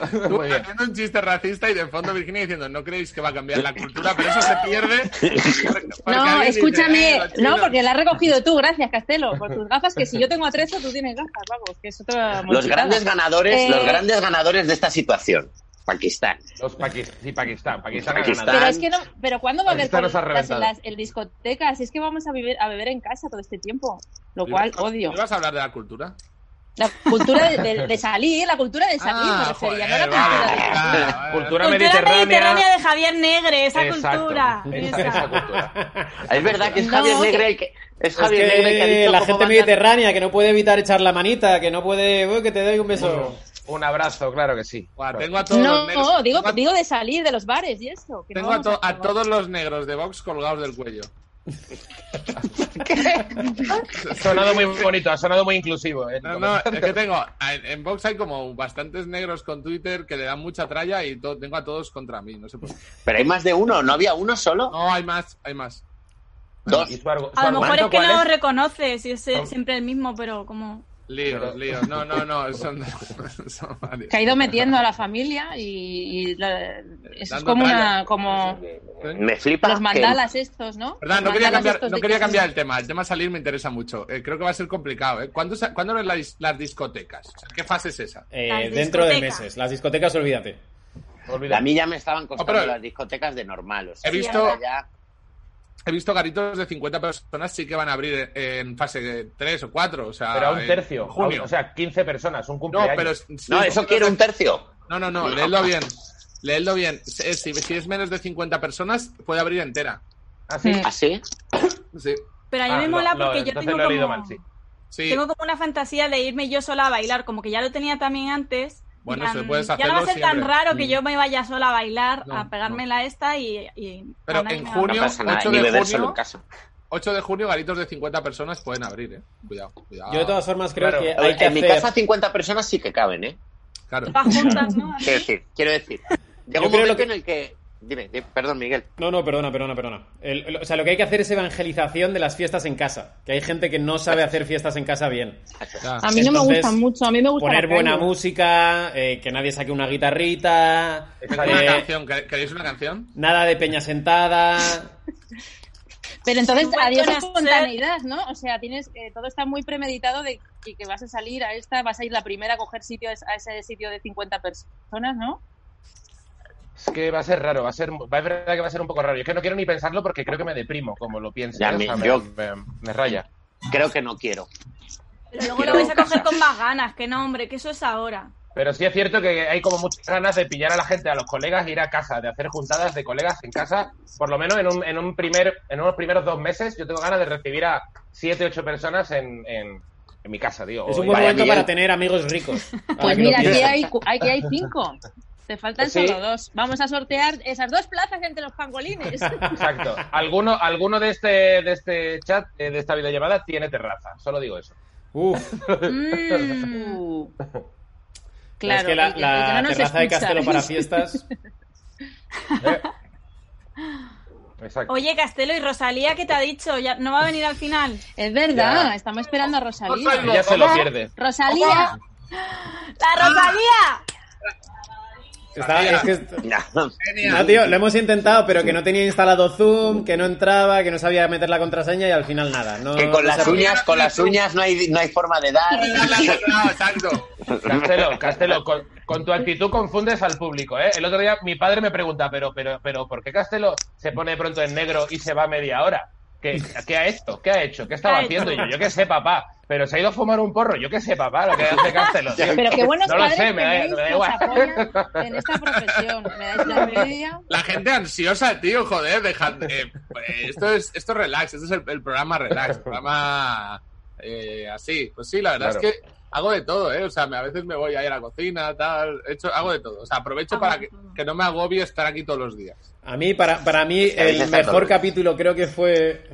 Tú Muy bien. haciendo un chiste racista y de fondo Virginia diciendo no creéis que va a cambiar la cultura, pero eso se pierde. porque- porque No, alguien dice, escúchame. "Eh, los No, chinos". porque la has recogido tú, gracias, Castelo, por tus gafas, que si yo tengo atrezo, tú tienes gafas, vamos, que es otra Los mochitada. grandes ganadores, Eh, los grandes ganadores de esta situación. Pakistán. Los Pakistán, sí, Pakistán, Pakistán, ha Pakistán. ganado. Pero es que no, pero ¿cuándo va a haber Pakistán nos ha colas en, reventado. las, en discotecas? Es que vamos a vivir a beber en casa todo este tiempo, lo cual ¿Ibas- odio. ¿Ibas a hablar de la cultura? La cultura de, de- de salir, la cultura de salir, me Ah, refería, joder, no la cultura vale, de- claro, vale. Cultura Cultura mediterránea. mediterránea. de Javier Negre, esa Exacto, cultura. Esa, esa. esa cultura. Es verdad que es No, Javier que- Negre el que es Es Javier que Negre el que ha dicho la cómo gente van a- mediterránea que no puede evitar echar la manita, que no puede... "Uy, que te doy un beso. Un abrazo, claro que sí. Buah, tengo a todos los No, negros. no, digo, tengo a- digo de salir de los bares y eso. que no tengo a, to- vamos a todos los negros de Vox colgados del cuello. Ha sonado muy bonito, ha sonado muy inclusivo. eh. No, no, es que tengo. En, en Vox hay como bastantes negros con Twitter que le dan mucha tralla y to- tengo a todos contra mí. No sé por qué. Pero hay más de uno, no había uno solo, No, hay más, hay más. dos. ¿Y su argu- su A lo mejor argumento es que cuál no es? lo reconoces y es eh, No. siempre el mismo, pero como... Líos, líos. No, no, no. Son, son varios. Que ha ido metiendo a la familia y, y la- eso es Dando como tralla. una como Me flipa los que- mandalas estos, ¿no? ¿Verdad? No Los quería mandalas cambiar, estos no de quería que- cambiar el tema. El tema salir me interesa mucho. Eh, creo que va a ser complicado. ¿eh? ¿Cuándo, sa- ¿Cuándo abren las, las discotecas? O sea, ¿Qué fase es esa? Eh, Las dentro de discotecas. meses. Las discotecas, olvídate. Olvida. A mí ya me estaban costando No, pero- las discotecas de normal. O sea, He visto, ya- he visto garitos de 50 personas sí que van a abrir en, en fase 3 o 4. O sea, Pero a un en tercio. Junio. O sea, 15 personas, un no, cumpleaños. pero. No, eso quiero un tercio. No, no, no. Leedlo bien. Leedlo bien. Si, si- si es menos de 50 personas, puede abrir entera. Así. Mm. ¿Así? Sí. Pero a mí Ah, me lo- mola lo- porque yo entonces tengo lo he leído como... mal, sí. Sí. Tengo como una fantasía de irme yo sola a bailar, como que ya lo tenía también antes. Bueno, En plan, eso puedes Ya no va a hacerlo ser tan siempre. raro Mm. que yo me vaya sola a bailar, No, a pegármela esta y... y Pero a nadie en me va a junio- No pasa ocho nada, ni de beber junio. solo en casa. 8 de junio, garitos de 50 personas pueden abrir, ¿eh? Cuidado, cuidado. Yo de todas formas creo Claro. que En hay que mi hacer- casa 50 personas sí que caben, ¿eh? Claro. Todas juntas, ¿no? Quiero decir, quiero decir. Yo Llega un creo momento que- en el que... Dime, di- perdón, Miguel. No, no, perdona, perdona, perdona. El- el- o sea, lo que hay que hacer es evangelización de las fiestas en casa. Que hay gente que no sabe hacer fiestas en casa bien. Ya. A mí no me Entonces, gustan mucho, a mí me gusta Poner la calle. buena música, eh, que nadie saque una guitarrita, Tengo eh, una canción. ¿Quer- ¿Queréis una canción? nada de peña sentada. Pero entonces, Tú adiós puedes espontaneidad, ¿no? O sea, tienes eh, todo está muy premeditado de que, que vas a salir a esta, vas a ir la primera a coger sitio a ese sitio de 50 personas, ¿no? Es que va a ser raro, va a ser, va, es verdad que va a ser un poco raro. Yo es que no quiero ni pensarlo porque creo que me deprimo, como lo pienso. Ya, ¿eh? O sea, mi- me, yo- me- me raya. Creo que no quiero. Pero luego lo vais a coger con más ganas, que no, hombre, que eso es ahora. Pero sí es cierto que hay como muchas ganas de pillar a la gente, a los colegas, ir a casa, de hacer juntadas de colegas en casa. Por lo menos en, un, en, un primer, en unos primeros dos meses yo tengo ganas de recibir a siete, ocho personas en, en, en mi casa, digo. Es O un buen vaya, momento Miguel. para tener amigos ricos. Ahora Pues Ah, que Pues lo mira, aquí pienso. hay, cu- aquí hay cinco. Te faltan Sí. solo dos. Vamos a sortear esas dos plazas entre los pangolines. Exacto. Alguno, alguno de este, de este chat, eh, de esta videollamada, tiene terraza. Solo digo eso. Uf, Mm. Uh. es Claro, que la, el que- el la que pues no nos terraza de escucha. Castelo para fiestas. Eh. Exacto. Oye, Castelo, ¿y Rosalía qué te ha dicho? ¿Ya ¿No va a venir al final? Es verdad, Ya. estamos esperando a Rosalía. Ya se lo pierde. Rosalía, ¡La Rosalía! Está- es que es- No. No, tío, lo hemos intentado, pero que no tenía instalado Zoom, que no entraba, que no sabía meter la contraseña y al final nada. No, Que con no las sabía. uñas, con las uñas no hay, no hay forma de dar. No, exacto. Castelo, Castelo, con, con tu actitud confundes al público, ¿eh? El otro día mi padre me pregunta, pero, pero, pero, ¿por qué Castelo se pone de pronto en negro y se va media hora? ¿Qué, qué ha hecho? ¿Qué ha hecho? ¿Qué estaba ¿Qué ha haciendo? hecho? Y yo, yo qué sé, papá. Pero se ha ido a fumar un porro. Yo qué sé, papá. Lo que hace Castelo. tío. Pero qué buenos No lo padres sé, me da- tenéis me da que os igual. apoyan en esta profesión. Me dais la envidia. La gente ansiosa, tío, joder, dejad. eh, eh, esto es esto es relax, esto es el, el programa relax, el programa eh, así. Pues sí, la verdad Claro. es que hago de todo, ¿eh? O sea, me- a veces me voy ahí a la cocina, tal, he hecho, hago de todo. O sea, aprovecho Hago para de que, todo. que no me agobie estar aquí todos los días. A mí, para, para mí, que habéis el estado mejor todos. capítulo creo que fue.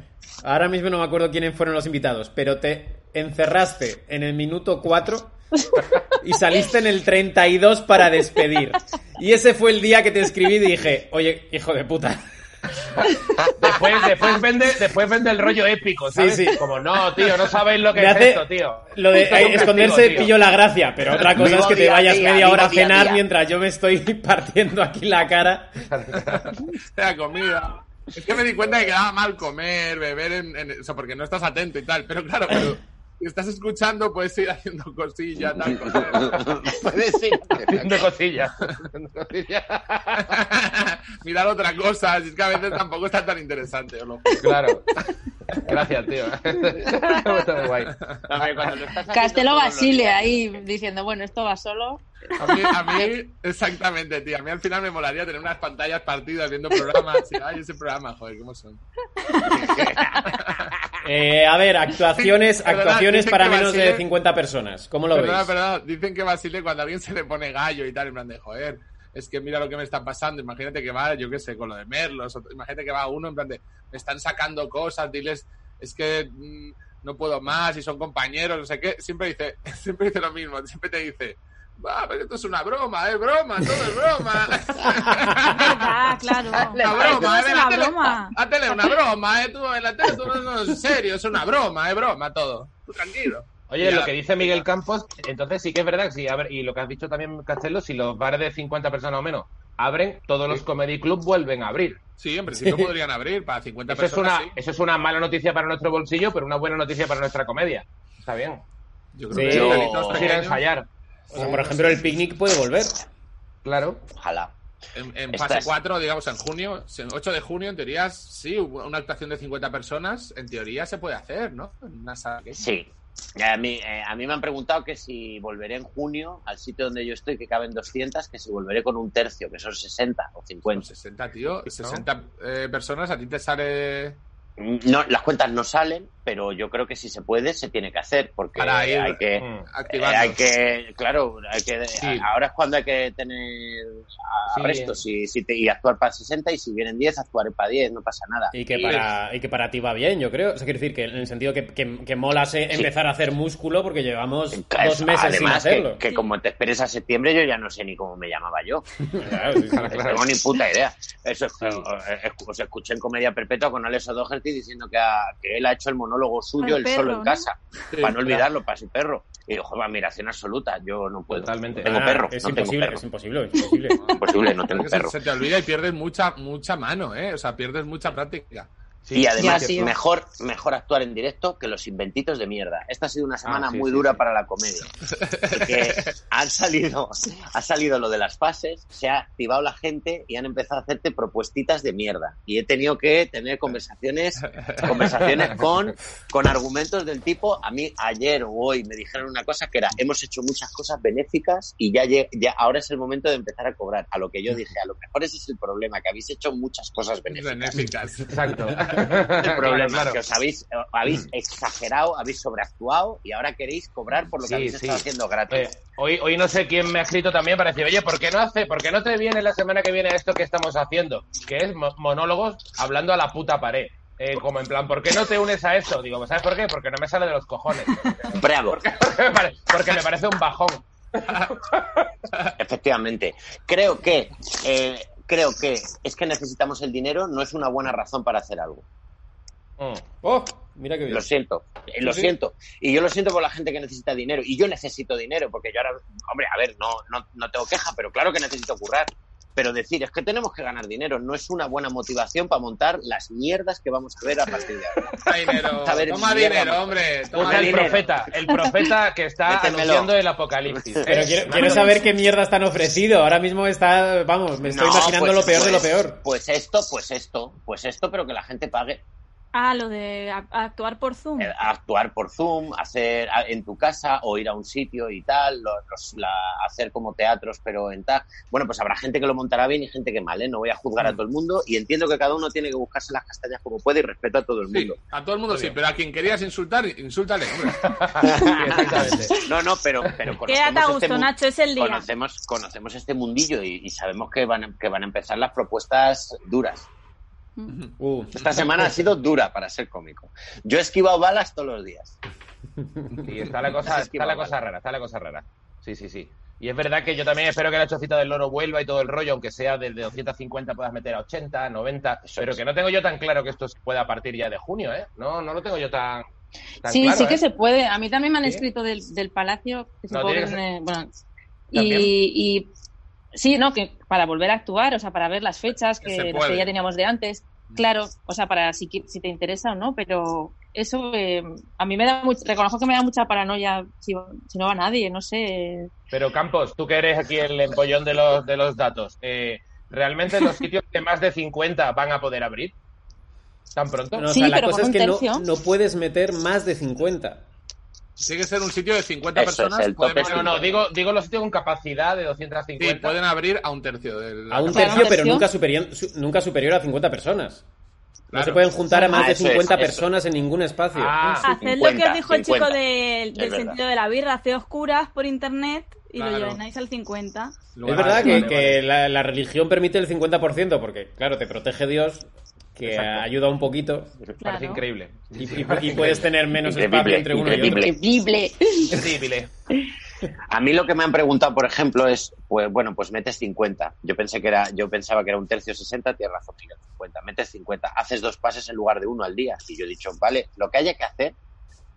Ahora mismo no me acuerdo quiénes fueron los invitados, pero te encerraste en el minuto 4 y saliste en el 32 para despedir. Y ese fue el día que te escribí y dije, oye, hijo de puta. Después, después, vende, después vende el rollo épico, ¿sabes? Sí, sí. Como, no, tío, no sabéis lo que Me es hace- esto, tío. Lo de Esto es un eh, esconderse castigo, tío. pillo la gracia, pero otra cosa Vivo es que te día a vayas día, media vivo hora a día a cenar día. mientras yo me estoy partiendo aquí la cara. la comida. Es que me di cuenta que quedaba mal comer, beber, en, en- o sea, porque no estás atento y tal. Pero claro, pero si estás escuchando, puedes ir haciendo cosillas, tal. comer. Puedes ir. Haciendo cosillas. Mirar otra cosa, si es que a veces tampoco está tan interesante. os lo juro. Claro. Gracias, tío. Está muy guay. Castelo Basile ahí diciendo, bueno, esto va solo. A mí, a mí, exactamente, tío. A mí al final me molaría tener unas pantallas partidas viendo programas. y, Ay, ese programa, joder, cómo son. Eh, a ver, actuaciones, Perdona, actuaciones dicen para que menos de Basile- 50 personas. ¿Cómo lo Perdona, veis? perdona. Dicen que Basile, cuando a alguien se le pone gallo y tal, en plan de joder, es que mira lo que me está pasando. Imagínate que va, yo qué sé, con lo de Merlos. o- Imagínate que va uno en plan de me están sacando cosas, diles, es que mm, no puedo más y son compañeros, no sé qué. Siempre dice, siempre dice lo mismo, siempre te dice. Va, pero esto es una broma, es broma, todo es broma. Ah, claro. una Esto no broma, es eh, una la tele- broma. La tele es una broma, eh. Tú en la tele, tú no, no, en serio, es una broma, es broma todo. Tú tranquilo. Oye, Ya. lo que dice Miguel Campos, entonces sí que es verdad, que sí, a ver, y lo que has dicho también, Castelo, si los bares de 50 personas o menos abren, todos los comedy club vuelven a abrir. Sí, en principio podrían abrir para 50 Eso es, personas. una, sí. eso es una mala noticia para nuestro bolsillo, pero una buena noticia para nuestra comedia. Está bien. Yo Sí. creo que los delitos Yo- Vamos a ir a pequeños, ensayar, O sea, por ejemplo, el picnic puede volver. claro. Ojalá. en, en Estas- fase 4, digamos en junio, en 8 de junio, en teoría, sí, una actuación de 50 personas, en teoría se puede hacer, ¿no? En una sala que- Sí. A mí, eh, a mí me han preguntado que si volveré en junio al sitio donde yo estoy, que caben 200, que si volveré con un tercio, que son 60 o Con 50. 60, tío, 60 eh, personas, a ti te sale No, las cuentas no salen, pero yo creo que si se puede, se tiene que hacer, porque Para ir- hay que... Mm. Eh, activando. hay que, claro, hay que, a- ahora es cuando hay que tener a- Sí. arrestos y, si te- y actuar para 60 y si vienen 10, actuaré para 10, no pasa nada. Y que, para, y que para ti va bien, yo creo. O sea, quiero decir que en el sentido que, que, que mola se- empezar a hacer músculo porque llevamos Claro, dos meses sin Además, hacerlo. que, que como te esperes a septiembre, yo ya no sé ni cómo me llamaba yo. Claro, sí, sí. No tengo ni puta idea. Eso es, eh, os escuché en Comedia Perpetua con Alex O'Doherty diciendo que, ha- que él ha hecho el monólogo suyo Al él solo perro, en ¿no? casa, para no olvidarlo, para su perro. Y digo, joder, admiración absoluta, yo no puedo. Totalmente. No tengo Ah, perro, es, no tengo imposible, perro. es imposible, es imposible, Imposible, no tengo Porque se- perro. Se, te olvida y pierdes mucha mucha mano, ¿eh? O sea, pierdes mucha práctica. y además, Ya, sí. mejor, mejor actuar en directo que los inventitos de mierda. Esta ha sido una semana sí, muy sí, dura sí. para la comedia. Porque han salido, ha salido lo de las fases, se ha activado la gente y han empezado a hacerte propuestitas de mierda. Y he tenido que tener conversaciones, conversaciones con, con argumentos del tipo, a mí ayer o hoy me dijeron una cosa que era, hemos hecho muchas cosas benéficas y ya, lle- ya ahora es el momento de empezar a cobrar. A lo que yo dije, a lo mejor ese es el problema, que habéis hecho muchas cosas benéficas Benéficas. Exacto. el problema Claro, Mm. es que claro. os habéis, eh, habéis exagerado, habéis sobreactuado y ahora queréis cobrar por lo que Sí, habéis sí. estado haciendo gratis. Oye, hoy, hoy no sé quién me ha escrito también para decir, oye, ¿por qué no hace, por qué no te viene la semana que viene esto que estamos haciendo? Que es mo- monólogos hablando a la puta pared. Eh, como en plan, ¿por qué no te unes a eso? Digo, ¿sabes por qué? Porque no me sale de los cojones. Bravo, Vale, Porque me parece un bajón. efectivamente. Creo que, eh, creo que es que necesitamos el dinero, no es una buena razón para hacer algo. Mm. Oh, mira qué bien. Lo siento, eh, lo Sí. siento. Y yo lo siento por la gente que necesita dinero. Y yo necesito dinero, porque yo ahora, hombre, a ver, no, no, no tengo queja, pero claro que necesito currar. Pero decir, es que tenemos que ganar dinero, no es una buena motivación para montar las mierdas que vamos a ver a partir de ahora. Toma dinero, A ver, toma mierda, dinero, hombre. Toma Usa el dinero. profeta, el profeta que está Métemelo. anunciando el apocalipsis. Eh, Pero quiero, quiero saber qué mierda están ofrecido. Ahora mismo está, vamos, me estoy No, imaginando pues- lo peor de lo pues- peor. Pues esto, pues esto, pues esto, pero que la gente pague. Ah, lo de a- actuar por Zoom. Eh, actuar por Zoom, hacer a- en tu casa o ir a un sitio y tal, lo- los- la- hacer como teatros pero en tal. Bueno, pues habrá gente que lo montará bien y gente que mal, ¿eh? No voy a juzgar Mm. a todo el mundo y entiendo que cada uno tiene que buscarse las castañas como puede y respeto a todo el Sí, mundo. a todo el mundo sí, pero a quien querías insultar, insúltale, hombre. Exactamente. No, no, pero, pero Quédate a conocemos, gusto, este mu- Nacho, es el día. conocemos, conocemos este mundillo y, y sabemos que van, a- que van a empezar las propuestas duras. Uh, Esta semana ha sido dura para ser cómico. Yo he esquivado balas todos los días. Y está la cosa, Es que está la va mal. cosa rara, está la cosa rara. Sí, sí, sí. Y es verdad que yo también espero que la chocita del loro vuelva y todo el rollo, aunque sea desde 250 puedas meter a 80, 90, pero que no tengo yo tan claro que esto se pueda partir ya de junio, ¿eh? No, no lo tengo yo tan, tan Sí, claro, sí que ¿eh? se puede. A mí también me han ¿Sí? escrito del, del Palacio. Que No, supongo tiene que que tiene- bueno, ¿También? y, y sí, no, que para volver a actuar, o sea, para ver las fechas Que que, se las puede. que ya teníamos de antes. Claro, Mm. o sea, para si, qui- si te interesa o no, pero eso eh, a mí me da mucho, reconozco que me da mucha paranoia si, si no va nadie, no sé. Pero Campos, tú que eres aquí el empollón de los, de los datos, eh, ¿realmente los sitios de más de 50 van a poder abrir tan pronto? no, o Sí, sea, la pero cosa es con que un no, tercio. no puedes meter más de 50. Tiene que ser un sitio de 50 Eso es, personas. el tope pueden, es No, no, digo, digo los sitios con capacidad de 250. sí, pueden abrir a un tercio del. A un Para un tercio, pero tercio. nunca superior, su- nunca superior a 50 personas. No Claro. se pueden juntar a más Ah, de eso es, 50 eso. personas en ningún espacio. Ah, Haced lo que 50, os dijo el chico 50. del, del verdad. sentido de la birra, haced oscuras por internet y lo Claro. llenáis al 50. es verdad Ah, Vale, que, vale, que vale. La, la religión permite el 50%, porque, claro, te protege Dios, que Exacto. ayuda un poquito, parece Claro. increíble. y, y- y puedes tener menos Increíble, espacio entre uno y otro. increíble. Increíble. Increíble. A mí lo que me han preguntado, por ejemplo, es, pues bueno, pues metes 50. Yo pensé que era, yo pensaba que era un tercio 60, tienes razón, Miguel, 50. Metes 50, haces dos pases en lugar de uno al día. Y yo he dicho, vale, lo que haya que hacer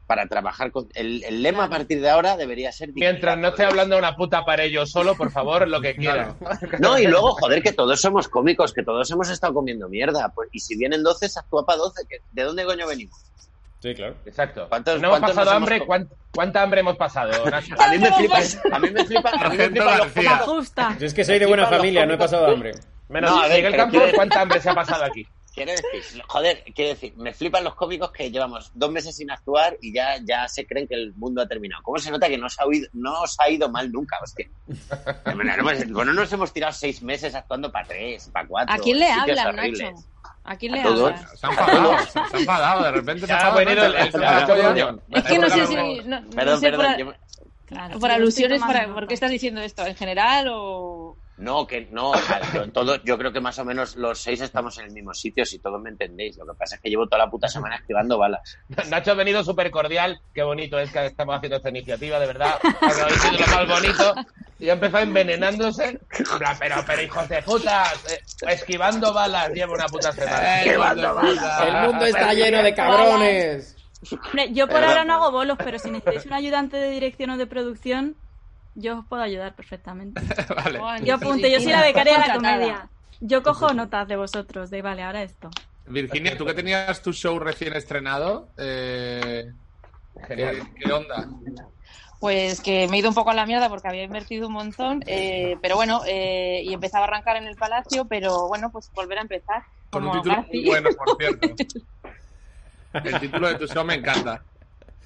para trabajar con el, el lema a partir de ahora debería ser Mientras no esté dignidad. hablando una puta pared yo solo, por favor, lo que quiera. No, y luego, joder, que todos somos cómicos, que todos hemos estado comiendo mierda. Pues, y si vienen 12, se actúa para 12. que- ¿De dónde coño venimos? Sí, claro. Exacto. ¿Cuántos- no hemos cuántos pasado nos hambre, hemos ¿Cuán- ¿cuánta hambre hemos pasado, Nacho? A mí me flipa, a mí me flipa, a mí me Sargento flipa los García. Me cómicos. gusta. Yo es que soy de buena Flipan los familia, no he cómicos. pasado hambre. Menos No, a ver, Miguel pero Campos, quiere- ¿cuánta hambre se ha pasado aquí? Quiero decir, joder, quiero decir, me flipan los cómicos que llevamos dos meses sin actuar y ya, ya se creen que el mundo ha terminado. ¿Cómo se nota que no os ha, oído- no os ha ido mal nunca, hostia? De manera, no hemos- Bueno, nos hemos tirado seis meses actuando para tres, para cuatro. ¿A quién le en sitios hablan, Nacho? horribles. ¿A quién A le todos. hablan? Se ha enfadado, se ha enfadado, de repente se Ya ha ha enfadado. venido el- el- Se ha enfadado, el- ya. el- Es que no sé Perdón, si. perdón. no- no Perdón, sé perdón. por- yo me- Claro, Por sí, alusiones, estoy para, tomando ¿por nota. qué estás diciendo esto? ¿En general o...? No, que no, o sea, yo- todo, yo creo que más o menos los seis estamos en el mismo sitio, si todos me entendéis. Lo que pasa es que llevo toda la puta semana esquivando balas. Nacho ha venido súper cordial. Qué bonito es que estamos haciendo esta iniciativa, de verdad. Porque habéis sido lo más bonito. Y ha empezado envenenándose. En plan, Pero, pero hijos de puta, eh, esquivando balas, lleva una puta Eh, semana. Esquivando balas. El mundo está lleno de cabrones. Hombre, yo por Perdón. ahora no hago bolos, pero si necesitáis un ayudante de dirección o de producción, yo os puedo ayudar perfectamente. Vale. Juan, Yo apunto, yo soy la becaria de la Contratada. comedia. Yo cojo notas de vosotros, de vale, ahora esto. Virginia, tú que tenías tu show recién estrenado, eh, ¿qué, Genial. qué onda? Pues que me he ido un poco a la mierda porque había invertido un montón, eh, pero bueno, eh, y empezaba a arrancar en el palacio, pero bueno, pues volver a empezar. Con Como un título muy Garci. bueno, por cierto. El título de tu show me encanta.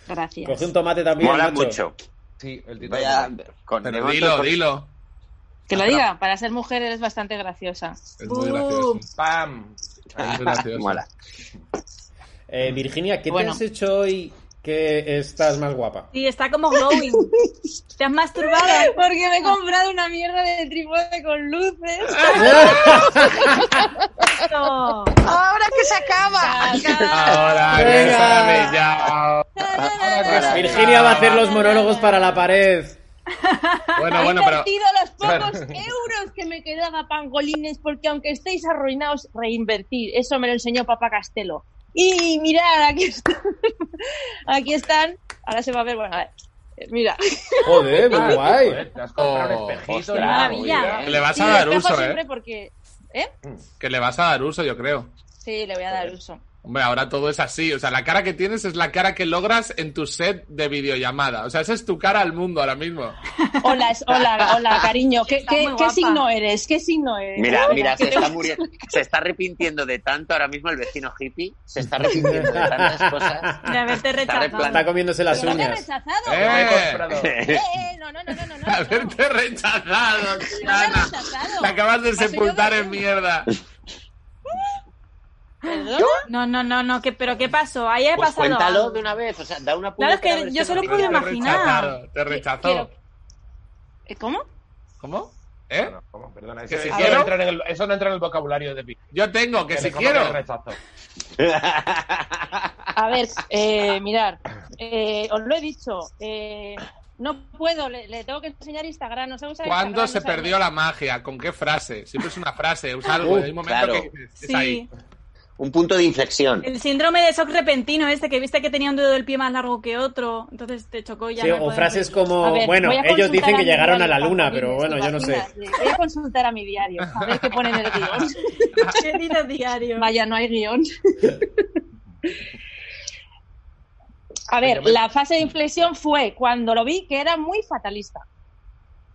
Gracias. Coge un tomate también, Mola macho. mucho. Sí, el título. Vaya, con- de Pero momento dilo, con- dilo. Que lo diga, para ser mujer eres bastante graciosa. Es muy Uh. gracioso. ¡Pam! Es muy gracioso. Ah, Mola. Eh, Virginia, ¿qué te Bueno. has hecho hoy que estás más guapa? Sí, está como glowing. ¿Te has masturbado? Porque me he comprado una mierda de trípode con luces. Ah, Esto. ¡Ahora que se acaba! Ahora que Venga. sabes ya. Ahora, Virginia va a hacer los monólogos para la pared. Bueno, bueno, he pero invertido los pocos euros que me quedaba, pangolines, porque aunque estéis arruinados, reinvertir. Eso me lo enseñó papá Castelo. Y mirad, aquí están. Aquí están. Ahora se va a ver, bueno, a ver. Eh, Mira, Ah, Joder, muy guay. Joder, te has comprado Oh, un espejito. ostras, nada, muy mira. bien. que le vas Y a lo dar espejo uso, este siempre ¿eh? porque... ¿Eh? Que le vas a dar uso, yo creo. Sí, le voy a dar uso. Hombre, ahora todo es así. O sea, la cara que tienes es la cara que logras en tu set de videollamada. O sea, esa es tu cara al mundo ahora mismo. Hola, es- hola, hola, cariño. ¿Qué, Está qué- muy qué guapa. signo eres? ¿Qué signo eres? Mira, Venga, mira, que se te- está muriendo, se está arrepintiendo de tanto ahora mismo el vecino hippie, se está arrepintiendo de tantas cosas. De haberte Está rechazado. Está comiéndose las Pero no te he uñas. rechazado. ¡Eh! No he comprado. Eh, eh, no, no, no, no, no, no. no. Haberte rechazado, No me he Tiana. rechazado. Te acabas de Ha sido sepultar de- en mierda. ¿Perdona? No, no, no, no. ¿qué- ¿Pero qué pasó? Ahí ha Pues pasado cuéntalo algo. de una vez, o sea, da una Claro, es puñetera que vez yo solo lo puedo digas. imaginar. rechazaron, te rechazó. Quiero- ¿Eh, ¿Cómo? ¿Cómo? ¿Eh? No, ¿cómo? Perdona, ¿Que eso, si eso quiero? no entra en el, eso no entra en el vocabulario de Pi. Yo tengo, que si le coman el quiero. rechazo. A ver, eh, mirar, eh, os lo he dicho, eh, no puedo, le, le tengo que enseñar Instagram, no sé usar ¿Cuándo Instagram, se no sé- perdió la magia? ¿Con qué frase? Siempre es una frase, usa algo. Uh, Hay un momento claro. que dices, es Sí. ahí. Un punto de inflexión. El síndrome de shock repentino este, que viste que tenía un dedo del pie más largo que otro, entonces te chocó y ya. Sí, no o puedes- frases A como, ver, bueno, voy a ellos consultar dicen que mi llegaron a diario, la luna, Paco, pero ¿te bueno, yo no sé. imaginas? Voy a consultar a mi diario, a ver qué pone en el guión. ¿Qué dice el diario? Vaya, no hay guión. A ver, Yo me- la fase de inflexión fue cuando lo vi que era muy fatalista.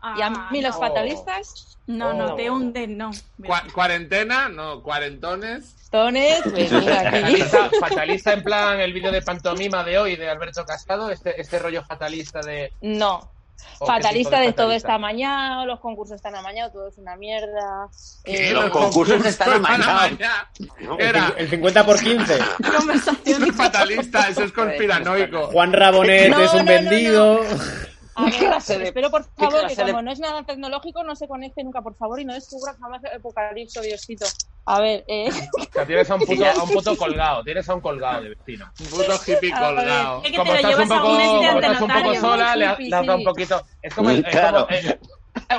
Y a Ah, mí los no. fatalistas, No, Oh. no, te hunden, no. Cua- ¿Cuarentena? No, cuarentones. tones, venid aquí. Fatalista, fatalista en plan el vídeo de pantomima de hoy de Alberto Casado, este, este rollo fatalista de... No. Oh, fatalista qué tipo de de todo fatalista. está amañado, los concursos están amañados, todo es una mierda. eh, Los concursos están amañados. amañados. ¿no? El Era, cin- El 50 por 15. eso es fatalista, eso es conspiranoico. Juan Rabonet No, es un no, no, vendido. a ver, clase de- espero por qué favor que clase de- como no es nada tecnológico no se conecte nunca, por favor, y no descubra jamás el apocalipsis, Diosito. A ver, eh, O sea, tienes a un, puto, a un puto colgado, tienes a un colgado de vecino. Un puto hippie colgado. Es que Como te lo estás un llevas a poco, un este como estás un poco antenotario. sola, le, ha- Sí, le has dado un sí. poquito... Es como... es como- Claro. eh,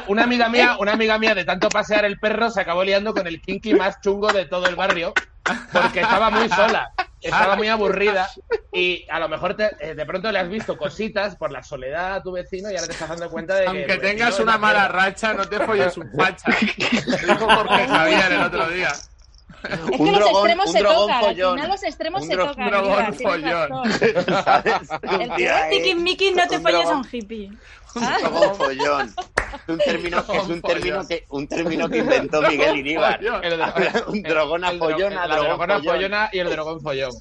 una amiga mía, una amiga mía de tanto pasear el perro se acabó liando con el kinky más chungo de todo el barrio porque estaba muy sola, estaba muy aburrida y a lo mejor te- eh, de pronto le has visto cositas por la soledad a tu vecino y ahora te estás dando cuenta de que pues, Aunque tu vecino tengas es una mala mierda. racha, no te folles un facha. Lo dijo Jorge Javier el otro día. es Un que los drogón- extremos un se drogón tocan, al follón. final los extremos Un se dro- tocan. un drogón mira, tienes follón. razón. ¿Sabes? El Un día, eh, Tiki Miki, no te Un folles a dragón. un hippie. un dragón follón. Es un término, es un término que, un término que inventó Miguel Iníbar. El dro- Un dragón el dro- apollona, la dragón drogona follón. follona y el dragón follón.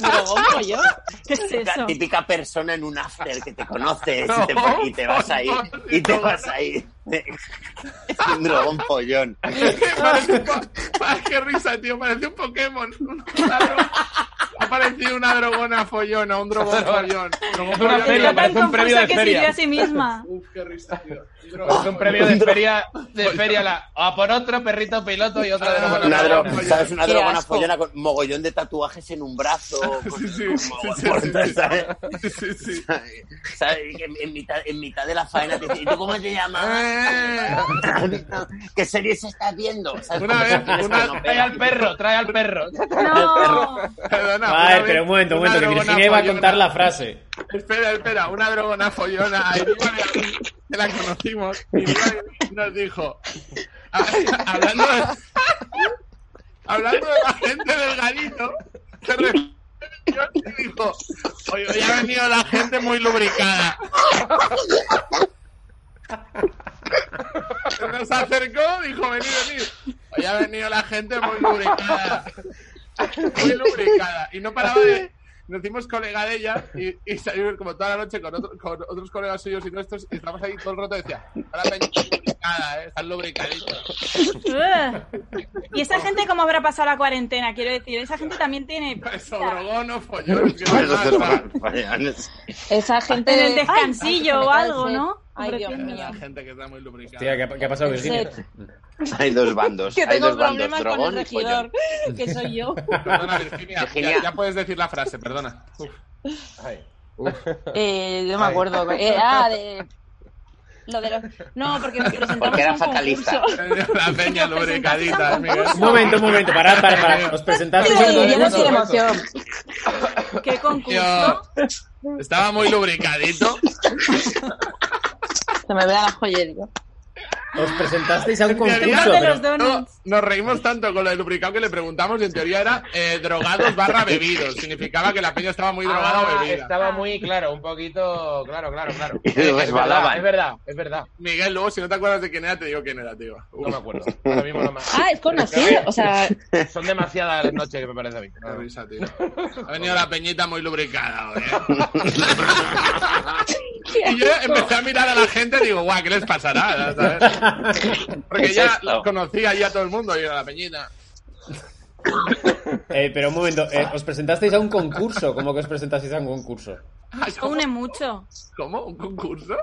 Drogón follón. ¿Qué es La eso? típica persona en un after que te conoces y, te, y te vas ahí. Y te vas ahí. Es un dragón follón. Parece un po- pa- ¡Qué risa, tío! Parece un Pokémon. Un ladrón. Ha parecido una drogona follona, un drogón follón. Drogón Es una follón. feria, Está tan parece un premio confusa de que se ve a feria. sí misma. Uf, qué risa, tío. Un drogón Parece un premio de Un dro- feria, de feria la, a por otro perrito piloto y otra drogona Una, dro- follona. ¿sabes? una Qué drogona asco. follona con mogollón de tatuajes en un brazo. con- Sí, sí, con- sí, con- sí, sí, sí. ¿sabes? Sí, sí, sí. ¿Sabes? En, en mitad, en mitad de la faena te dice, ¿y tú cómo te llamas? Eh, ¿Qué series estás viendo? ¿Sabes? Una Como vez, esas series una- que no Trae pegan. al perro, trae al perro. Ah, Ah, No. Perdona, A ver, una pero vez un momento, un una momento, que drogona Virginia iba a contar follona- la frase. Espera, espera, una drogona follona. ahí, vale, que la conocimos. Y vale, nos dijo. a- hablando, de, hablando de la gente del garito, se refirió y dijo: Hoy, hoy ha venido la gente muy lubricada. Se Nos acercó, dijo: Venid, venid. Hoy ha venido la gente muy lubricada muy lubricada. Y no paraba de. Nos hicimos colega de ella y, y salimos como toda la noche con, otro- con otros colegas suyos y nuestros. Y estábamos ahí todo el rato y decía: Ahora peña está lubricada, ¿eh? están lubricaditos. Ugh. ¿Y esa gente cómo habrá pasado la cuarentena? Quiero decir, esa gente también tiene... Eso, drogón o follón. ¿qué Por eso pasa? te lo- follones. Esa En gente el descansillo Ay, o algo, ¿no? Ay, Dios Hombre, mío. La gente que está muy lubricada. Hostia, ¿qué ha, qué ha pasado, Virginia? Set. Hay dos bandos. que hay tengo dos bandos, problemas con el dragón y follón. regidor, que soy yo. Perdona, Virginia. Virginia. Ya, ya puedes decir la frase, perdona. Uf. Ay. Eh, yo me acuerdo. eh, ah, de... Lo de los... No, porque nos presentamos Porque era a un fatalista. concurso. La peña lubricadita, Miguel. Un momento, un momento, parad, parad, parad. Os Sí, presentasteis Ay, yo en no un Dios. soy emoción. ¿Qué concurso? Yo- Estaba muy lubricadito. Se me vea la joyería. Os presentasteis a un concurso. Compraste los este pero- No, donuts. nos reímos tanto con lo del lubricado que le preguntamos y en teoría era eh, drogados barra bebidos. Significaba que la peña estaba muy drogada o Ah, bebida. estaba muy claro, un poquito. Claro, claro, claro. Y es, resbalaban. verdad, es verdad, es verdad. Miguel, luego si no te acuerdas de quién era, te digo quién era, tío. No me acuerdo. Ahora mismo no me Ah, es conocido. O sea, Son demasiadas las noches que me parece a mí. Ah. Qué risa, tío. Ha venido la peñita muy lubricada, joder. Y yo empecé a mirar a la gente y digo, guau, ¿qué les pasará? ¿Sabes? Porque ¿Qué es ya esto? los conocía ya todo el mundo y era la peñita. Eh, pero un momento, eh, os presentasteis a un concurso. ¿Cómo que os presentasteis a un concurso? Ay, Eso ¿Cómo? une mucho. Ah, ¿Cómo? ¿Un concurso?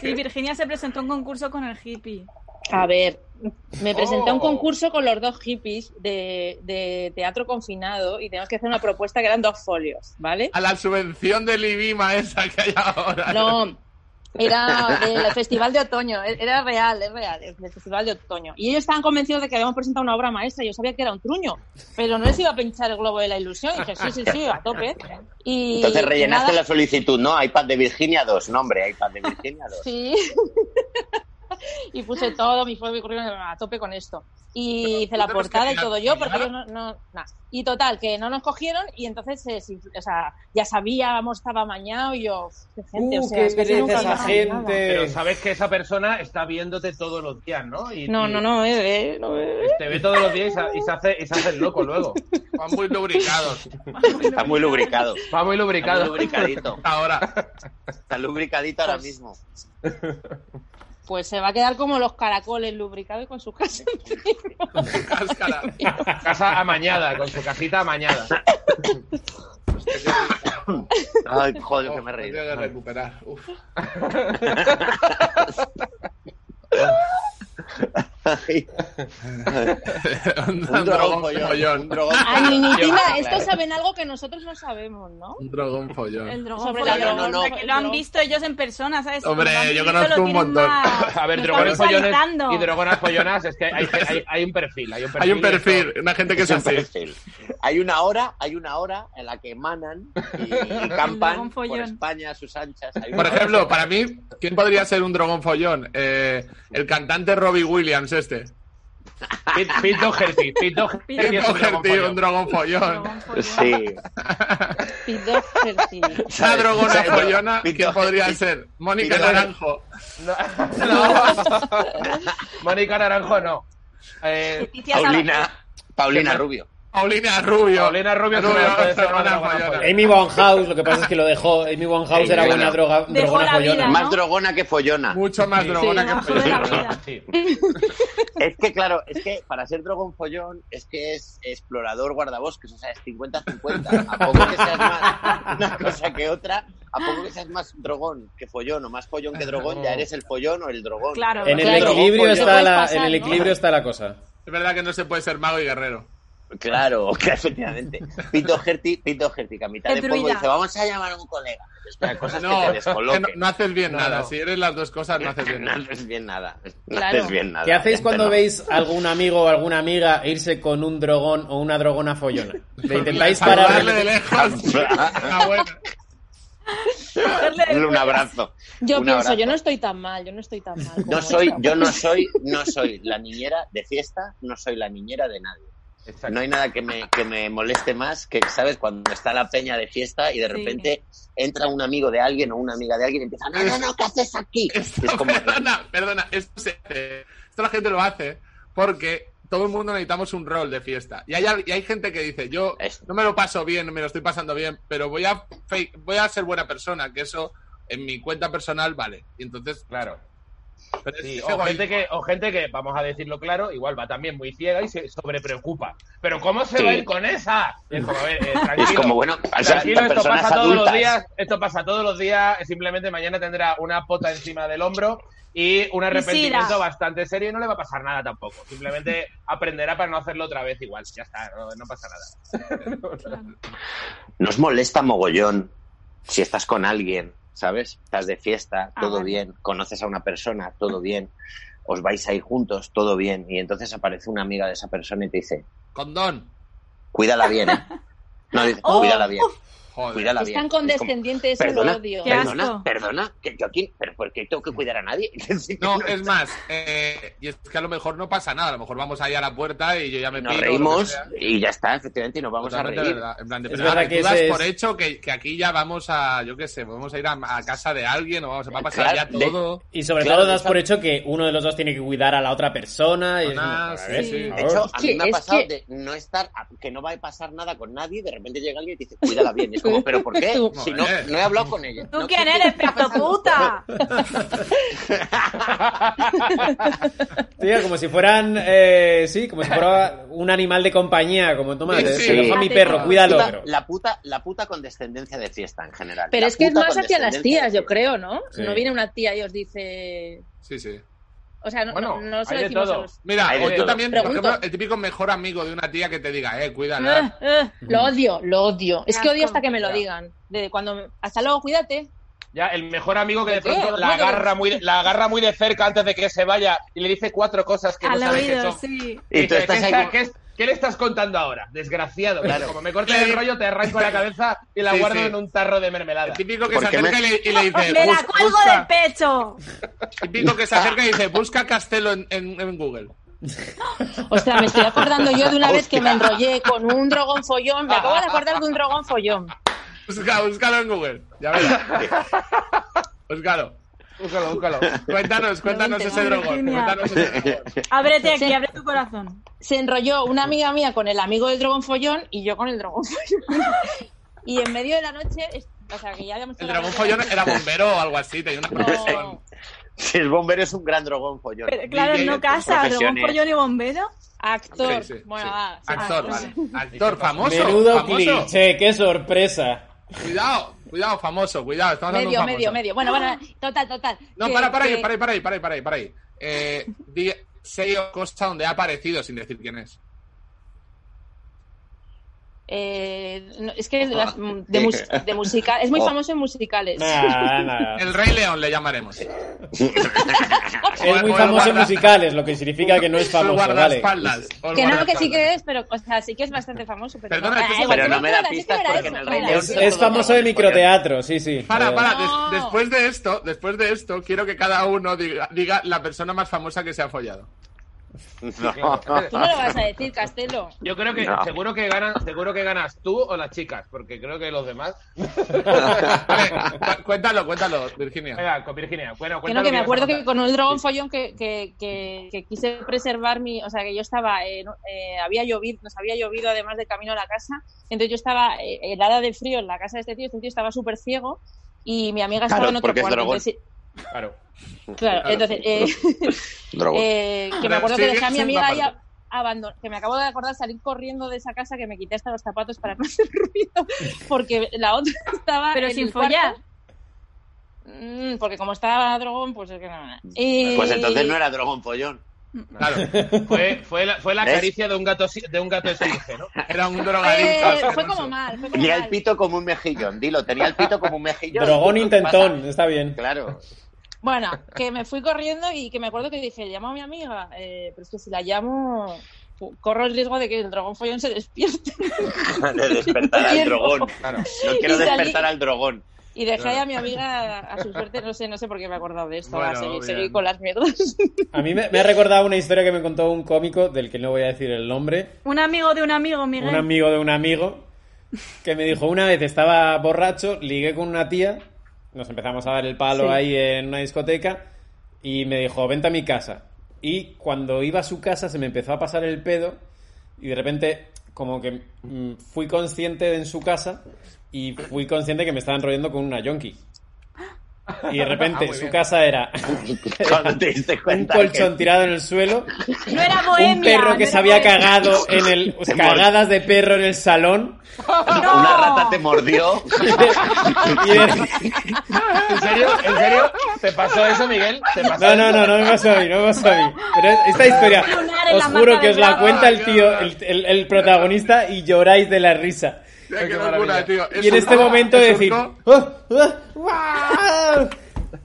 Sí, Virginia se presentó a un concurso con el hippie. a ver, me presenté a un Oh. concurso con los dos hippies de, de teatro confinado y teníamos que hacer una propuesta que eran dos folios, ¿vale? A la subvención del IBIMA esa que hay ahora. No, era del Festival de Otoño, e- era real, es real, es del Festival de Otoño. Y ellos estaban convencidos de que habíamos presentado una obra maestra, yo sabía que era un truño, pero no les iba a pinchar el globo de la ilusión, y dije, sí, sí, sí, a tope. Y Entonces rellenaste nada, la solicitud, ¿no? iPad de Virginia 2, nombre, iPad de Virginia 2. Sí. y puse todo, mi foto, mi currículum, a tope con esto. Y hice tú tienes la que portada y tirar- todo yo, porque tirar. yo no... no- nah. Y total, que no nos cogieron y entonces, eh, sí, o sea, ya sabíamos, estaba mañado y yo... Qué gente, o Uh, sea, qué es que yo nunca pereza esa había mañado nada. gente. Pero sabes que esa persona está viéndote todos los días, ¿no? Y, No, y no, no, eh, eh, no, eh. Te ve todos los días y se, y se hace, y se hace el loco luego. Van muy lubricados. Está muy lubricado. Va muy Está lubricado. muy lubricadito. Ahora. Está lubricadito ahora mismo. Pues se va a quedar como los caracoles lubricados y con sus casas. Cáscara. Casa amañada, con su casita amañada. Ay, joder, que me Tengo he reído. que recuperar. Uf. Ay, un un dragón follón. follón. Un dragón Ay, follón. niñitina, estos Claro. saben algo que nosotros no sabemos, ¿no? Un dragón follón. El drogón Sobre fue la la droga, no, droga, no. que Lo han visto ellos en persona, ¿sabes? Hombre, Lo han yo visto, conozco lo un tienen montón. más- A ver, lo drogones están follones visualizando. y drogonas follonas, es que hay, hay, hay un perfil. Hay un perfil. Hay un y esto- perfil, una gente que es Es un así. perfil. Hay una hora, hay una hora en la que emanan y, y dragón campan follón. por España a sus anchas. Hay Por una hora- ejemplo, para mí, ¿quién podría ser un dragón follón? Eh, el cantante Robbie Williams, este. Pete, Pete Doherty. Pete Doherty Pete ¿Quién es un dragón convertido follón. un dragón follón? Drogón follón. Sí. Y dos perfil. Una dragona ¿Sabes? follona, Pito- ¿quién podría Pito- ser? Mónica Pito- Naranjo. Mónica Naranjo no. Eh, Leticia Sabater. Paulina, Paulina Rubio. Paulina Rubio. Paulina Rubio es una- puede ser una dragona dragona follona. follona. Amy Winehouse, lo que pasa es que lo dejó. Amy Winehouse Sí, era bueno. buena droga, Dejó drogona la follona. vida. Más ¿no? drogona que follona. Mucho más Sí. dragona Sí, que Joder, la follona. vida. Sí. Es que, claro, es que para ser dragón follón es que es explorador guardabosques, o sea, es 50-50. A poco que seas más una cosa que otra, a poco que seas más dragón que follón o más follón que dragón, ya eres el follón o el dragón. Claro. En el Claro. equilibrio Lo está puedes la, pasar, en el ¿no? equilibrio está la cosa. Es verdad que no se puede ser mago y guerrero. Claro, que efectivamente. Pito Gerti, Pito Gerti, que a mitad El de poco druida. dice, vamos a llamar a un colega. Las cosas No, que te que no, descoloquen. no haces bien No, nada. no. Si eres las dos cosas, no haces bien No nada. haces bien nada. No Claro. haces bien nada. ¿Qué hacéis gente, cuando no. veis algún amigo o alguna amiga e irse con un dragón o una dragona follona? Le intentáis Saludarle de parar. lejos. Ah, bueno. Hacerle- Un abrazo. Yo Un pienso, abrazo. yo no estoy tan mal, yo no estoy tan mal. como No soy, esta. yo no soy, no soy la niñera de fiesta, no soy la niñera de nadie. Exacto. No hay nada que me, que me moleste más que, ¿sabes? Cuando está la peña de fiesta y de Sí. repente entra un amigo de alguien o una amiga de alguien y empieza, no, no, no, ¿qué haces aquí? Y es como, Perdona, perdona, esto se hace. Esto la gente lo hace porque todo el mundo necesitamos un rol de fiesta. Y hay, al- y hay gente que dice, yo Es- no me lo paso bien, me lo estoy pasando bien, pero voy a, fe- voy a ser buena persona, que eso en mi cuenta personal vale. Y entonces, Claro. pero es- Sí, es o, egoísmo. gente que, o gente que, vamos a decirlo claro, igual va también muy ciega y se sobrepreocupa. Pero ¿cómo se Sí. va a ir con esa? Es como, a ver, eh, es tranquilo. como, bueno, o sea, Tranquilo, esto personas pasa todos los adultas. días, esto pasa todos los días, simplemente mañana tendrá una pota encima del hombro y un arrepentimiento sida. bastante serio y no le va a pasar nada tampoco. Simplemente aprenderá para no hacerlo otra vez igual, ya está, no, no pasa nada. Nos molesta mogollón si estás con alguien, ¿sabes? Estás de fiesta, Ah, todo vale. bien, conoces a una persona, todo bien, os vais a ir juntos, todo bien, y entonces aparece una amiga de esa persona y te dice, Condón. Oh. cuídala bien. ¿eh? No, dice, cuídala bien. Joder. Cuídala Es bien. tan Es como- condescendiente, eso perdona, lo odio. Qué perdona, asco. perdona, que yo aquí, pero ¿por qué tengo que cuidar a nadie? Sí, No, es más, eh, y es que a lo mejor no pasa nada, a lo mejor vamos ahí a la puerta y yo ya me nos piro, lo que reímos sea. y ya está, efectivamente, y nos vamos Totalmente a reír. verdad, en plan de, Es pero, verdad ah, que tú das ese es- por hecho que, que aquí ya vamos a, yo qué sé, vamos a ir a, a casa de alguien o vamos a va a pasar Claro, ya de- todo. Y sobre Claro, todo das esa- por hecho que uno de los dos tiene que cuidar a la otra persona. Y es como, Ah, a sí, ver, sí. por De De favor. hecho, a que- mí me ha es pasado que- de no estar, a- que no va a pasar nada con nadie, de repente llega alguien y te dice, cuídala bien. Y es como, ¿pero por qué? Tú. Si no, Joder. no he hablado con ella. ¿Tú No, quién ¿qué- qué eres, está pecto pasando? puta? Tío, como si fueran, eh, sí, como si fuera un animal de compañía, como toma, Sí, te- sí. te dejo a mi Fíjate, perro, como- La cuídalo. puta, pero- la puta, la puta condescendencia de fiesta en general. Pero La es que es puta más hacia las condescendencia tías, de yo creo, ¿no? Sí. No viene una tía y os dice. Sí, sí. O sea, no, Bueno, no, no se hay lo de decimos a todo. los. Mira, Hay de o yo todo. también, por Pregunto. ejemplo, el típico mejor amigo de una tía que te diga, eh, Ah, Eh, cuídala. eh. Ah, Lo odio, lo odio. Es que Asco. odio hasta que me lo digan. De cuando me- Hasta luego, cuídate. Ya, el mejor amigo que de ¿Por qué? pronto ¿Por la qué? agarra, muy, la agarra muy de cerca antes de que se vaya y le dice cuatro cosas que no Al sabe qué oído, son. sí. fiesta. Y tú Dice, estás ¿qué, ahí está- como- qué es- qué le estás contando ahora? Desgraciado. Claro. Como me cortes el rollo, te arranco la cabeza y la Sí, guardo sí. en un tarro de mermelada. El típico que se Porque me- acerca y, le, y le dice, ¡Me la "Bus- cuelgo busca". del pecho! Típico que se acerca y dice, busca Castelo en, en- en Google. Hostia, me estoy acordando yo de una vez que me enrollé con un dragón follón. Me acabo de acordar de un dragón follón. Busca, búscalo en Google. Ya verás. Búscalo. Búscalo, búscalo. Cuéntanos, cuéntanos Pregunte, ese dragón. Virginia. Cuéntanos ese dragón. Ábrete aquí, Sí. abre tu corazón. se enrolló una amiga mía con el amigo del dragón follón y yo con el dragón follón. y en medio de la noche, es- o sea, que ya habíamos El hecho la dragón noche. follón era bombero o algo así, tenía una profesión. No. Si el bombero es un gran drogón follón. Pero claro, DJ no de casa, dragón profesiones. pollo y bombero. Actor. Sí, sí, bueno, sí. va. sí. Actor, Ah, vale. Actor famoso. Menudo famoso. cliché, qué sorpresa. Cuidado, cuidado, famoso, cuidado. Estamos hablando de Medio, un famoso. medio, medio. Bueno, bueno, total, total. Ah. No, Que- para, para ahí, que- para ahí, para ahí, para ahí, para ahí, para ahí. Eh, di seis cosa donde ha aparecido sin decir quién es. eh, no, es que de, las- de mus- de musical, es muy famoso en musicales. Nah, nah. El Rey León le llamaremos. Es Es muy famoso en musicales, lo que significa que no es famoso, ¿vale? guardaespaldas. o el Que no, que guardaespaldas. sí que es, pero, o sea, sí que es bastante famoso. Pero Perdona, no, tú Ah, sí- igual Pero que no me da era, sí que pistas era porque eso, en el era Rey León eso. Es, es famoso de microteatro, sí, sí. Para, para, des- No. después de esto, después de esto, quiero que cada uno diga, diga la persona más famosa que se ha follado. Ah, Tú no lo vas a decir, Castelo. Yo creo que No. seguro que ganas, seguro que ganas tú o las chicas, porque creo que los demás. Vale, cu- cuéntalo, cuéntalo, Virginia. Venga, con Virginia. Bueno, Que no, que me acuerdo que con... con un dragón follón que, que, que, que quise preservar mi. O sea, que yo estaba. eh, no- eh, había llovido, nos había llovido además de camino a la casa. Entonces yo estaba eh, helada de frío en la casa de este tío. Este tío estaba súper ciego y mi amiga estaba Claro, en otro porque es cuarto. dragón. Entonces, Claro. claro, Claro. entonces. eh, Drogón. eh, que me Pero acuerdo que sigue dejé a mi siendo amiga ahí. aparte. abandon- que me acabo de acordar salir corriendo de esa casa que me quité hasta los zapatos para no hacer ruido porque la otra estaba Pero en sin el cuarto. follar. Mm, porque como estaba drogón pues es que no Y- Pues entonces no era drogón follón. Claro, Fue, fue la, fue la ¿Ves? caricia de un gato si- de un gato esfinge, ¿no? era un drogadicto. Eh, fue asqueroso. como mal, fue como Tenía el mal. pito como un mejillón, dilo, tenía el pito como un mejillón. Drogón ¿Qué intentón, pasa? está bien. Claro. Bueno, que me fui corriendo y que me acuerdo que dije, llamo a mi amiga, eh, pero es que si la llamo, pu- corro el riesgo de que el dragón follón se despierte. De despertar al Quiero. drogón. Claro. No quiero Y salí- despertar al drogón. Y dejé a mi amiga a su suerte, no sé, no sé por qué me he acordado de esto, Bueno, va, seguí, bien. seguí con las mierdas. A mí me, me ha recordado una historia que me contó un cómico, del que no voy a decir el nombre, Un amigo de un amigo, Miguel. un amigo de un amigo que me dijo una vez estaba borracho, ligué con una tía, nos empezamos a dar el palo Sí. ahí en una discoteca y me dijo, vente a mi casa. Y cuando iba a su casa se me empezó a pasar el pedo y de repente como que mm, fui consciente de en su casa y fui consciente que me estaba enrollando con una yonki. Y de repente Ah, muy su bien. casa era Cuando te diste un cuenta. colchón que- tirado en el suelo No era un bohemia. perro no que era se había bohemia. cagado en el Te mor- cagadas de perro en el salón ¡No! Una rata te mordió. y de- ¿En serio? ¿En serio? ¿Te pasó eso, Miguel? ¿Te pasó no no no no me pasó a mí no me pasó a mí pero es- esta historia Lunar en os la juro mata que de os la Bravo. cuenta el tío el, el- el protagonista y lloráis de la risa Mira qué locura, tío. Es y en un este co- momento es un decir co- "Oh, oh, wow".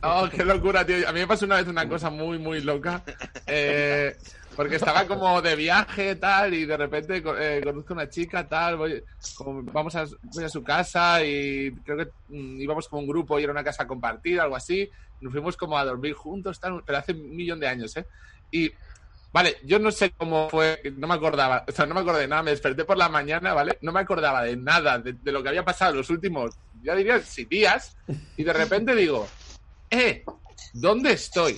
Oh, qué locura, tío. A mí me pasó una vez una cosa muy, muy loca. Eh, Porque estaba como de viaje, tal, y de repente eh, conozco a una chica, tal, voy, como, vamos a, voy a su casa y creo que mm, íbamos como un grupo y era una casa compartida, algo así. Nos fuimos como a dormir juntos, tal, pero hace un millón de años, ¿eh? Y, vale, yo no sé cómo fue, no me acordaba, o sea, no me acordé de nada, me desperté por la mañana, ¿vale? No me acordaba de nada, de, de lo que había pasado los últimos, ya diría, sí, días, y de repente digo, eh, ¿dónde estoy?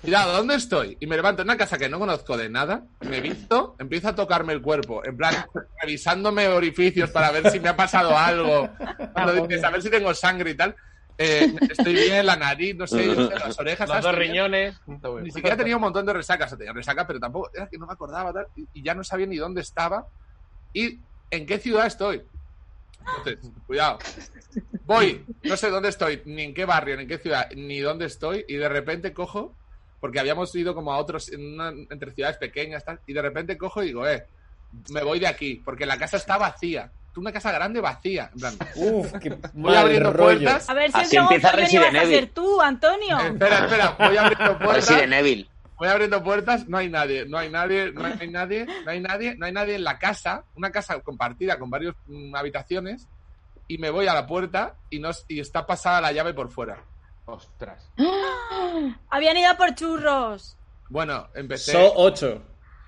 Cuidado, ¿dónde estoy? Y me levanto en una casa que no conozco de nada, me visto, empiezo a tocarme el cuerpo, en plan, revisándome orificios para ver si me ha pasado algo, cuando dices, a ver si tengo sangre y tal. Eh, estoy bien, la nariz, no sé, las orejas. Los ¿sabes? dos riñones. Ni siquiera tenía un montón de resacas, o sea, tenía resacas, pero tampoco, era que no me acordaba, tal, y- y ya no sabía ni dónde estaba y en qué ciudad estoy. Entonces, cuidado. Voy, no sé dónde estoy, ni en qué barrio, ni en qué ciudad, ni dónde estoy, y de repente cojo, porque habíamos ido como a otros, en una- entre ciudades pequeñas, tal, y de repente cojo y digo, eh, me voy de aquí, porque la casa está vacía. Tú una casa grande vacía. En plan, Uf, qué voy mal abriendo rollo. puertas. A ver si Así el segundo empieza Antonio Resident vas a Evil. ser tú, Antonio. "Eh, Espera, espera, voy abriendo puertas. Resident Evil. Voy abriendo puertas, no hay nadie, no hay nadie, no hay nadie, no hay nadie, no hay nadie en la casa, una casa compartida con varias mm, habitaciones, y me voy a la puerta y, no, y está pasada la llave por fuera. Ostras. Habían ido a por churros. Bueno, empecé. So 8.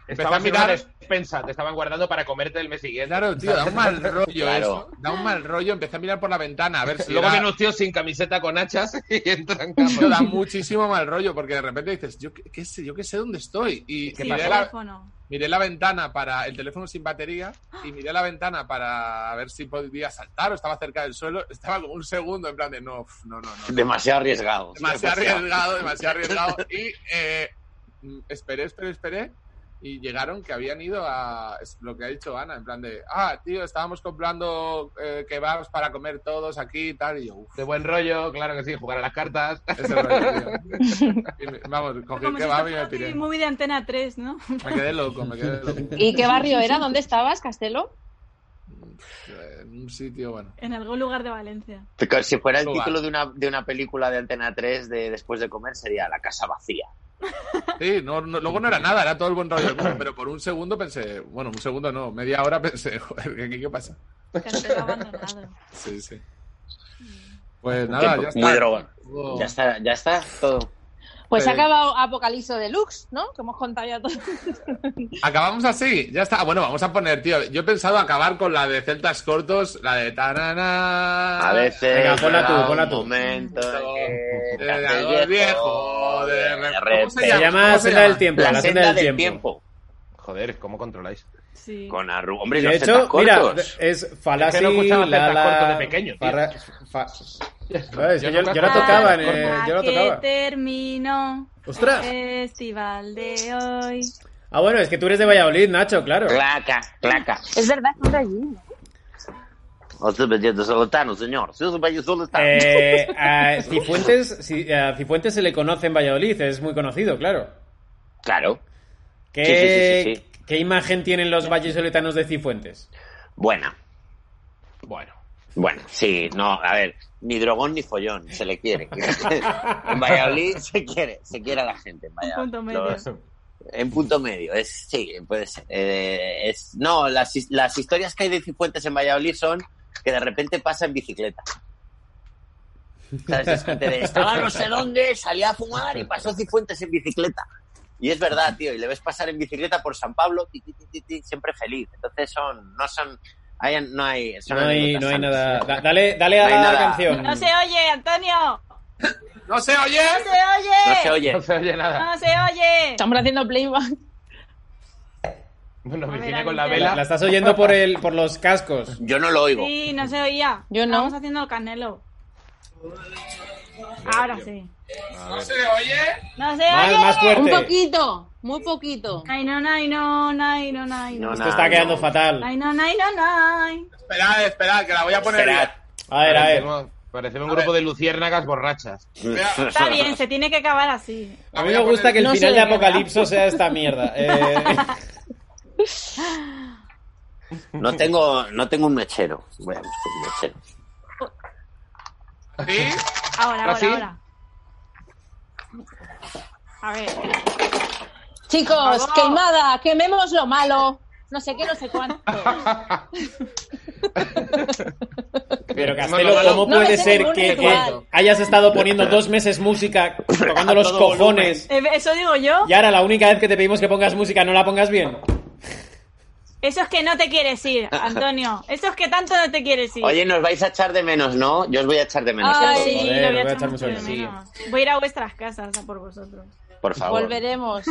Empecé a Estabas mirar- mirar... en una despensa, te estaban guardando para comerte el mes siguiente. Claro, tío, da un mal rollo Claro. eso. Da un mal rollo, empecé a mirar por la ventana a ver si Luego era- ven unos tíos sin camiseta con hachas y entran Tío, da cámaras. muchísimo mal rollo porque de repente dices, yo qué, qué sé, yo qué sé dónde estoy. Y Sí, miré, la, teléfono. miré la ventana para el teléfono sin batería y miré la ventana para ver si podía saltar o estaba cerca del suelo. Estaba como un segundo en plan de no, uf, no, no, no. Demasiado arriesgado. Demasiado arriesgado, demasiado arriesgado. Y eh, mm, esperé, esperé, esperé. Y llegaron que habían ido a es lo que ha dicho Ana, en plan de, ah, tío, estábamos comprando eh, kebabs para comer todos aquí y tal. Y yo, uff, De buen rollo, claro que sí, jugar a las cartas. ese rollo, tío. Y me- vamos, cogí el Como si kebab y fuera me una TV piré. movie de Antena 3, ¿no? Me quedé loco, me quedé loco. ¿Y qué barrio era? ¿Dónde estabas, Castelo? En un sitio, bueno. En algún lugar de Valencia. Porque Si fuera el Eso va. título de una, de una película de Antena 3 de Después de comer sería La casa vacía. Sí, no, no- luego no era nada, era todo el buen rollo del mundo, pero por un segundo pensé, bueno, un segundo no, media hora pensé, joder, ¿qué, qué pasa? Castelo abandonado. Sí, sí. Pues nada, Qué- ya está. muy droga. Luego- Ya está, ya está todo. Pues ha Eh. acabado Apocalipso Deluxe, ¿no? Que hemos contado ya todo. Acabamos así, ya está. Ah, Bueno, vamos a poner, tío, yo he pensado acabar con la de Celtas Cortos, la de Tarana. A veces. Venga, ponla tú, llega un ponla tú. momento en que te de haces algo viejo, viejo, de de re- ¿Cómo Se repente. llama ¿Cómo se Senda del llama? Tiempo, la, La senda, del tiempo. Joder, ¿cómo controláis? Sí. Con arru... Hombre, Y los de hecho, mira, cortos. es Falasi, Es que no escuchaba Lala, Celtas Cortos de pequeño, tío. Farra- fa- No, es que Yo yo, nunca yo la escuché tocaba, en, Celtas eh, yo la Hasta tocaba. que terminó ¡Ostras! el festival de hoy. Ah, bueno, es que tú eres de Valladolid, Nacho, claro. Claca, claca. Es verdad, son de allí. ¿no? Os estoy vendiendo solotano, señor. Si os vaya solotano. Eh, a Cifuentes, si- a Cifuentes se le conoce en Valladolid, es muy conocido, claro. Claro. ¿Qué, Sí, sí, sí, sí, qué imagen tienen los vallisoletanos de Cifuentes? Buena. Bueno. Bueno, sí, no, a ver, ni drogón ni follón, se le quiere. en Valladolid se quiere, se quiere a la gente. En Valladolid. punto medio. en punto medio, es, sí, puede ser. Eh, es, no, las, his- las historias que hay de Cifuentes en Valladolid son que de repente pasa en bicicleta. ¿Sabes? Es gente de, estaba no sé dónde, salía a fumar y pasó Cifuentes en bicicleta. Y es verdad, tío, y le ves pasar en bicicleta por San Pablo, ti, ti, ti, ti, ti, siempre feliz. Entonces son, no son, hay- no hay, son No hay, anécdotas no hay sanas. nada. da- dale, dale a No hay la nada. canción. ¡No se oye, Antonio! ¡No se oye! ¡No se oye! No se oye. No se oye nada. ¡No se oye! Estamos haciendo playback. Bueno, A ver, Virginia con la Alicia. La, vela. la estás oyendo por, el, por los cascos. Yo no lo oigo. Sí, no se oía. Yo no. Estamos haciendo el canelo. Ahora sí. ¡No se oye! ¡No se Más, oye! más Un fuerte. poquito, muy poquito. Ay, no, ay, no, ay, no, ay, no. No, Esto está quedando No. fatal. Ay, no, ay, no, ay. Esperad, esperad, que la voy a poner. Esperad. ya. A ver, a ver. Parecemos- Parecemos un grupo de luciérnagas borrachas. Espera. Está bien, se tiene que acabar así. A mí me gusta que el No se final de oye, ¿verdad? Apocalipso sea esta mierda. Eh, No tengo, no tengo un mechero. Voy a buscar un mechero. ¿Sí? Ahora, ¿Ahora ahora, sí? ahora. A ver. Chicos, queimada, quememos lo malo. No sé qué, no sé cuánto. Pero No, Castelo, no, no. ¿cómo No me puede sé ser ningún que, que ritual. hayas estado poniendo dos meses música, tocando los todo cojones, Eh, Eso digo yo. y ahora la única vez que te pedimos que pongas música no la pongas bien? Eso es que no te quieres ir, Antonio. Eso es que tanto no te quieres ir. Oye, nos vais a echar de menos, ¿no? Yo os voy a echar de menos, Yo Ay, sí, joder, lo voy a echar echar mucho mucho de de menos. Voy a ir a vuestras casas a por vosotros. por favor. Volveremos.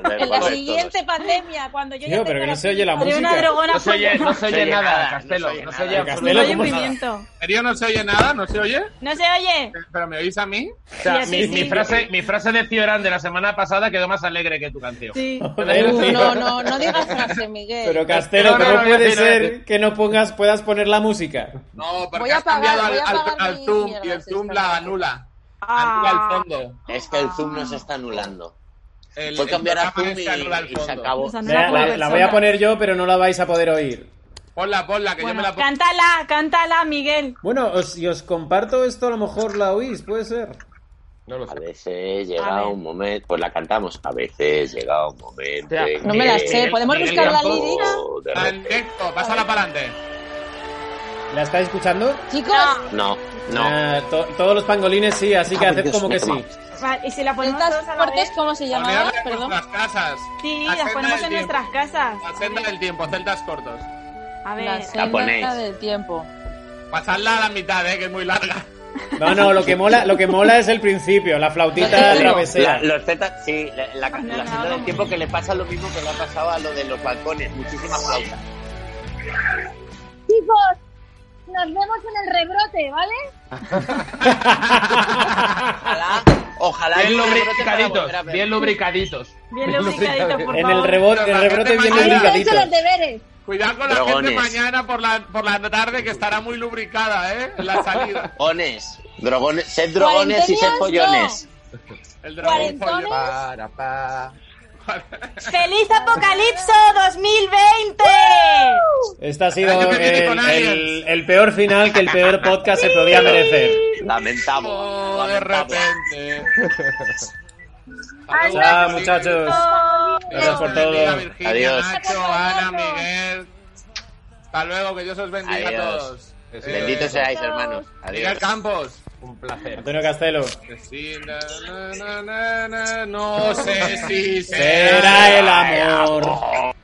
Volver, En la volver siguiente pandemia, cuando yo ya Tío, tenga pero que la no se oye la fibra. Haré una música. drogona No se oye, no se oye nada, nada, Castelo. no se oye No se oye nada. Castelo, No se oye ¿cómo un está? pimiento. ¿En serio no se oye nada? ¿No se oye? No se oye. ¿Pero me oís a mí? O sea, Sí, mi, sí, mi sí. frase, mi frase de Cioran de la semana pasada quedó más alegre que tu canción. Sí. Joder, tío. No, no, no digas frase, Miguel. Pero Castelo, No, no, ¿cómo no, no, puede no, no, ser no. que no pongas, puedas poner la música? No, porque Voy a has cambiado apagar- al, voy a al- apagar al mi Zoom mierda, y el sí, Zoom está la bien. anula. Ah. Anula al fondo. Es que el Zoom nos está anulando. El, Fue el cambiar a programa Zoom y, este anula al y se fondo. acabó. Nos anula Mira, por la, la voy a persona. poner yo, pero no la vais a poder oír. Ponla, ponla, que Bueno, yo me la pongo. cántala, cántala, Miguel. Bueno, os, y os comparto esto, a lo mejor la oís, puede ser. No lo A sé. veces A llega ver. un momento, pues la cantamos. A veces llega un momento. Ya. en No me la que- sé. ¿Podemos Miguel buscar la Campo. lírica? Oh, de Está Ah, en repente- directo, pásala para adelante. ¿La estáis escuchando? Chicos, No, no. Ah, to- todos los pangolines sí, así que Ay, haced Dios, como me que he sí. tomado. Vale, ¿Y si la ponemos ¿estas todos a la cortes vez? cómo se llamaban? Olvidaros de Perdón. nuestras casas. Sí, Agenda las ponemos del en tiempo. nuestras casas. Agenda del tiempo, celdas cortos. A La ver. senda ponéis. del tiempo. Pasadla a la mitad, eh, que es muy larga. No, no, lo que mola, lo que mola es el principio, la flautita Pero, travesera. La- los tetas, sí, la, la, No, la no, senda no, del no. tiempo que le pasa lo mismo que le ha pasado a lo de los balcones. Muchísimas flautas. Chicos, nos vemos en el rebrote, ¿vale? Ojalá, ojalá. Bien yo me brote para lubricaditos, volver a ver. bien lubricaditos. Bien lubricadito, por favor. En el rebote, el rebrote bien Ahí no he lubricadito. hecho los deberes. Cuidado con la Drogones. gente mañana por la, por la tarde, que estará muy lubricada, eh, en la salida. Drogones, drogones, sed drogones y sed Cuarentenios, pollones. El pues, dragón Cuarentones. pollo. ¡Feliz Apocalipso 2020! Este ha sido Yo me metí el, con aliens. el- el peor final que el peor podcast se podía merecer. Lamentamos. Oh, de lamentamos. repente. Adiós. Chao, muchachos. Gracias por todo. Virginia, Adiós. Nacho, Ana, Miguel. Hasta luego, que Dios os bendiga Adiós. a todos. Eh, Bendito seáis, hermanos. Miguel Adiós. Campos. Un placer. Antonio Castelo. Que sí, na, na, na, na, na, No sé si Será el amor. Oh.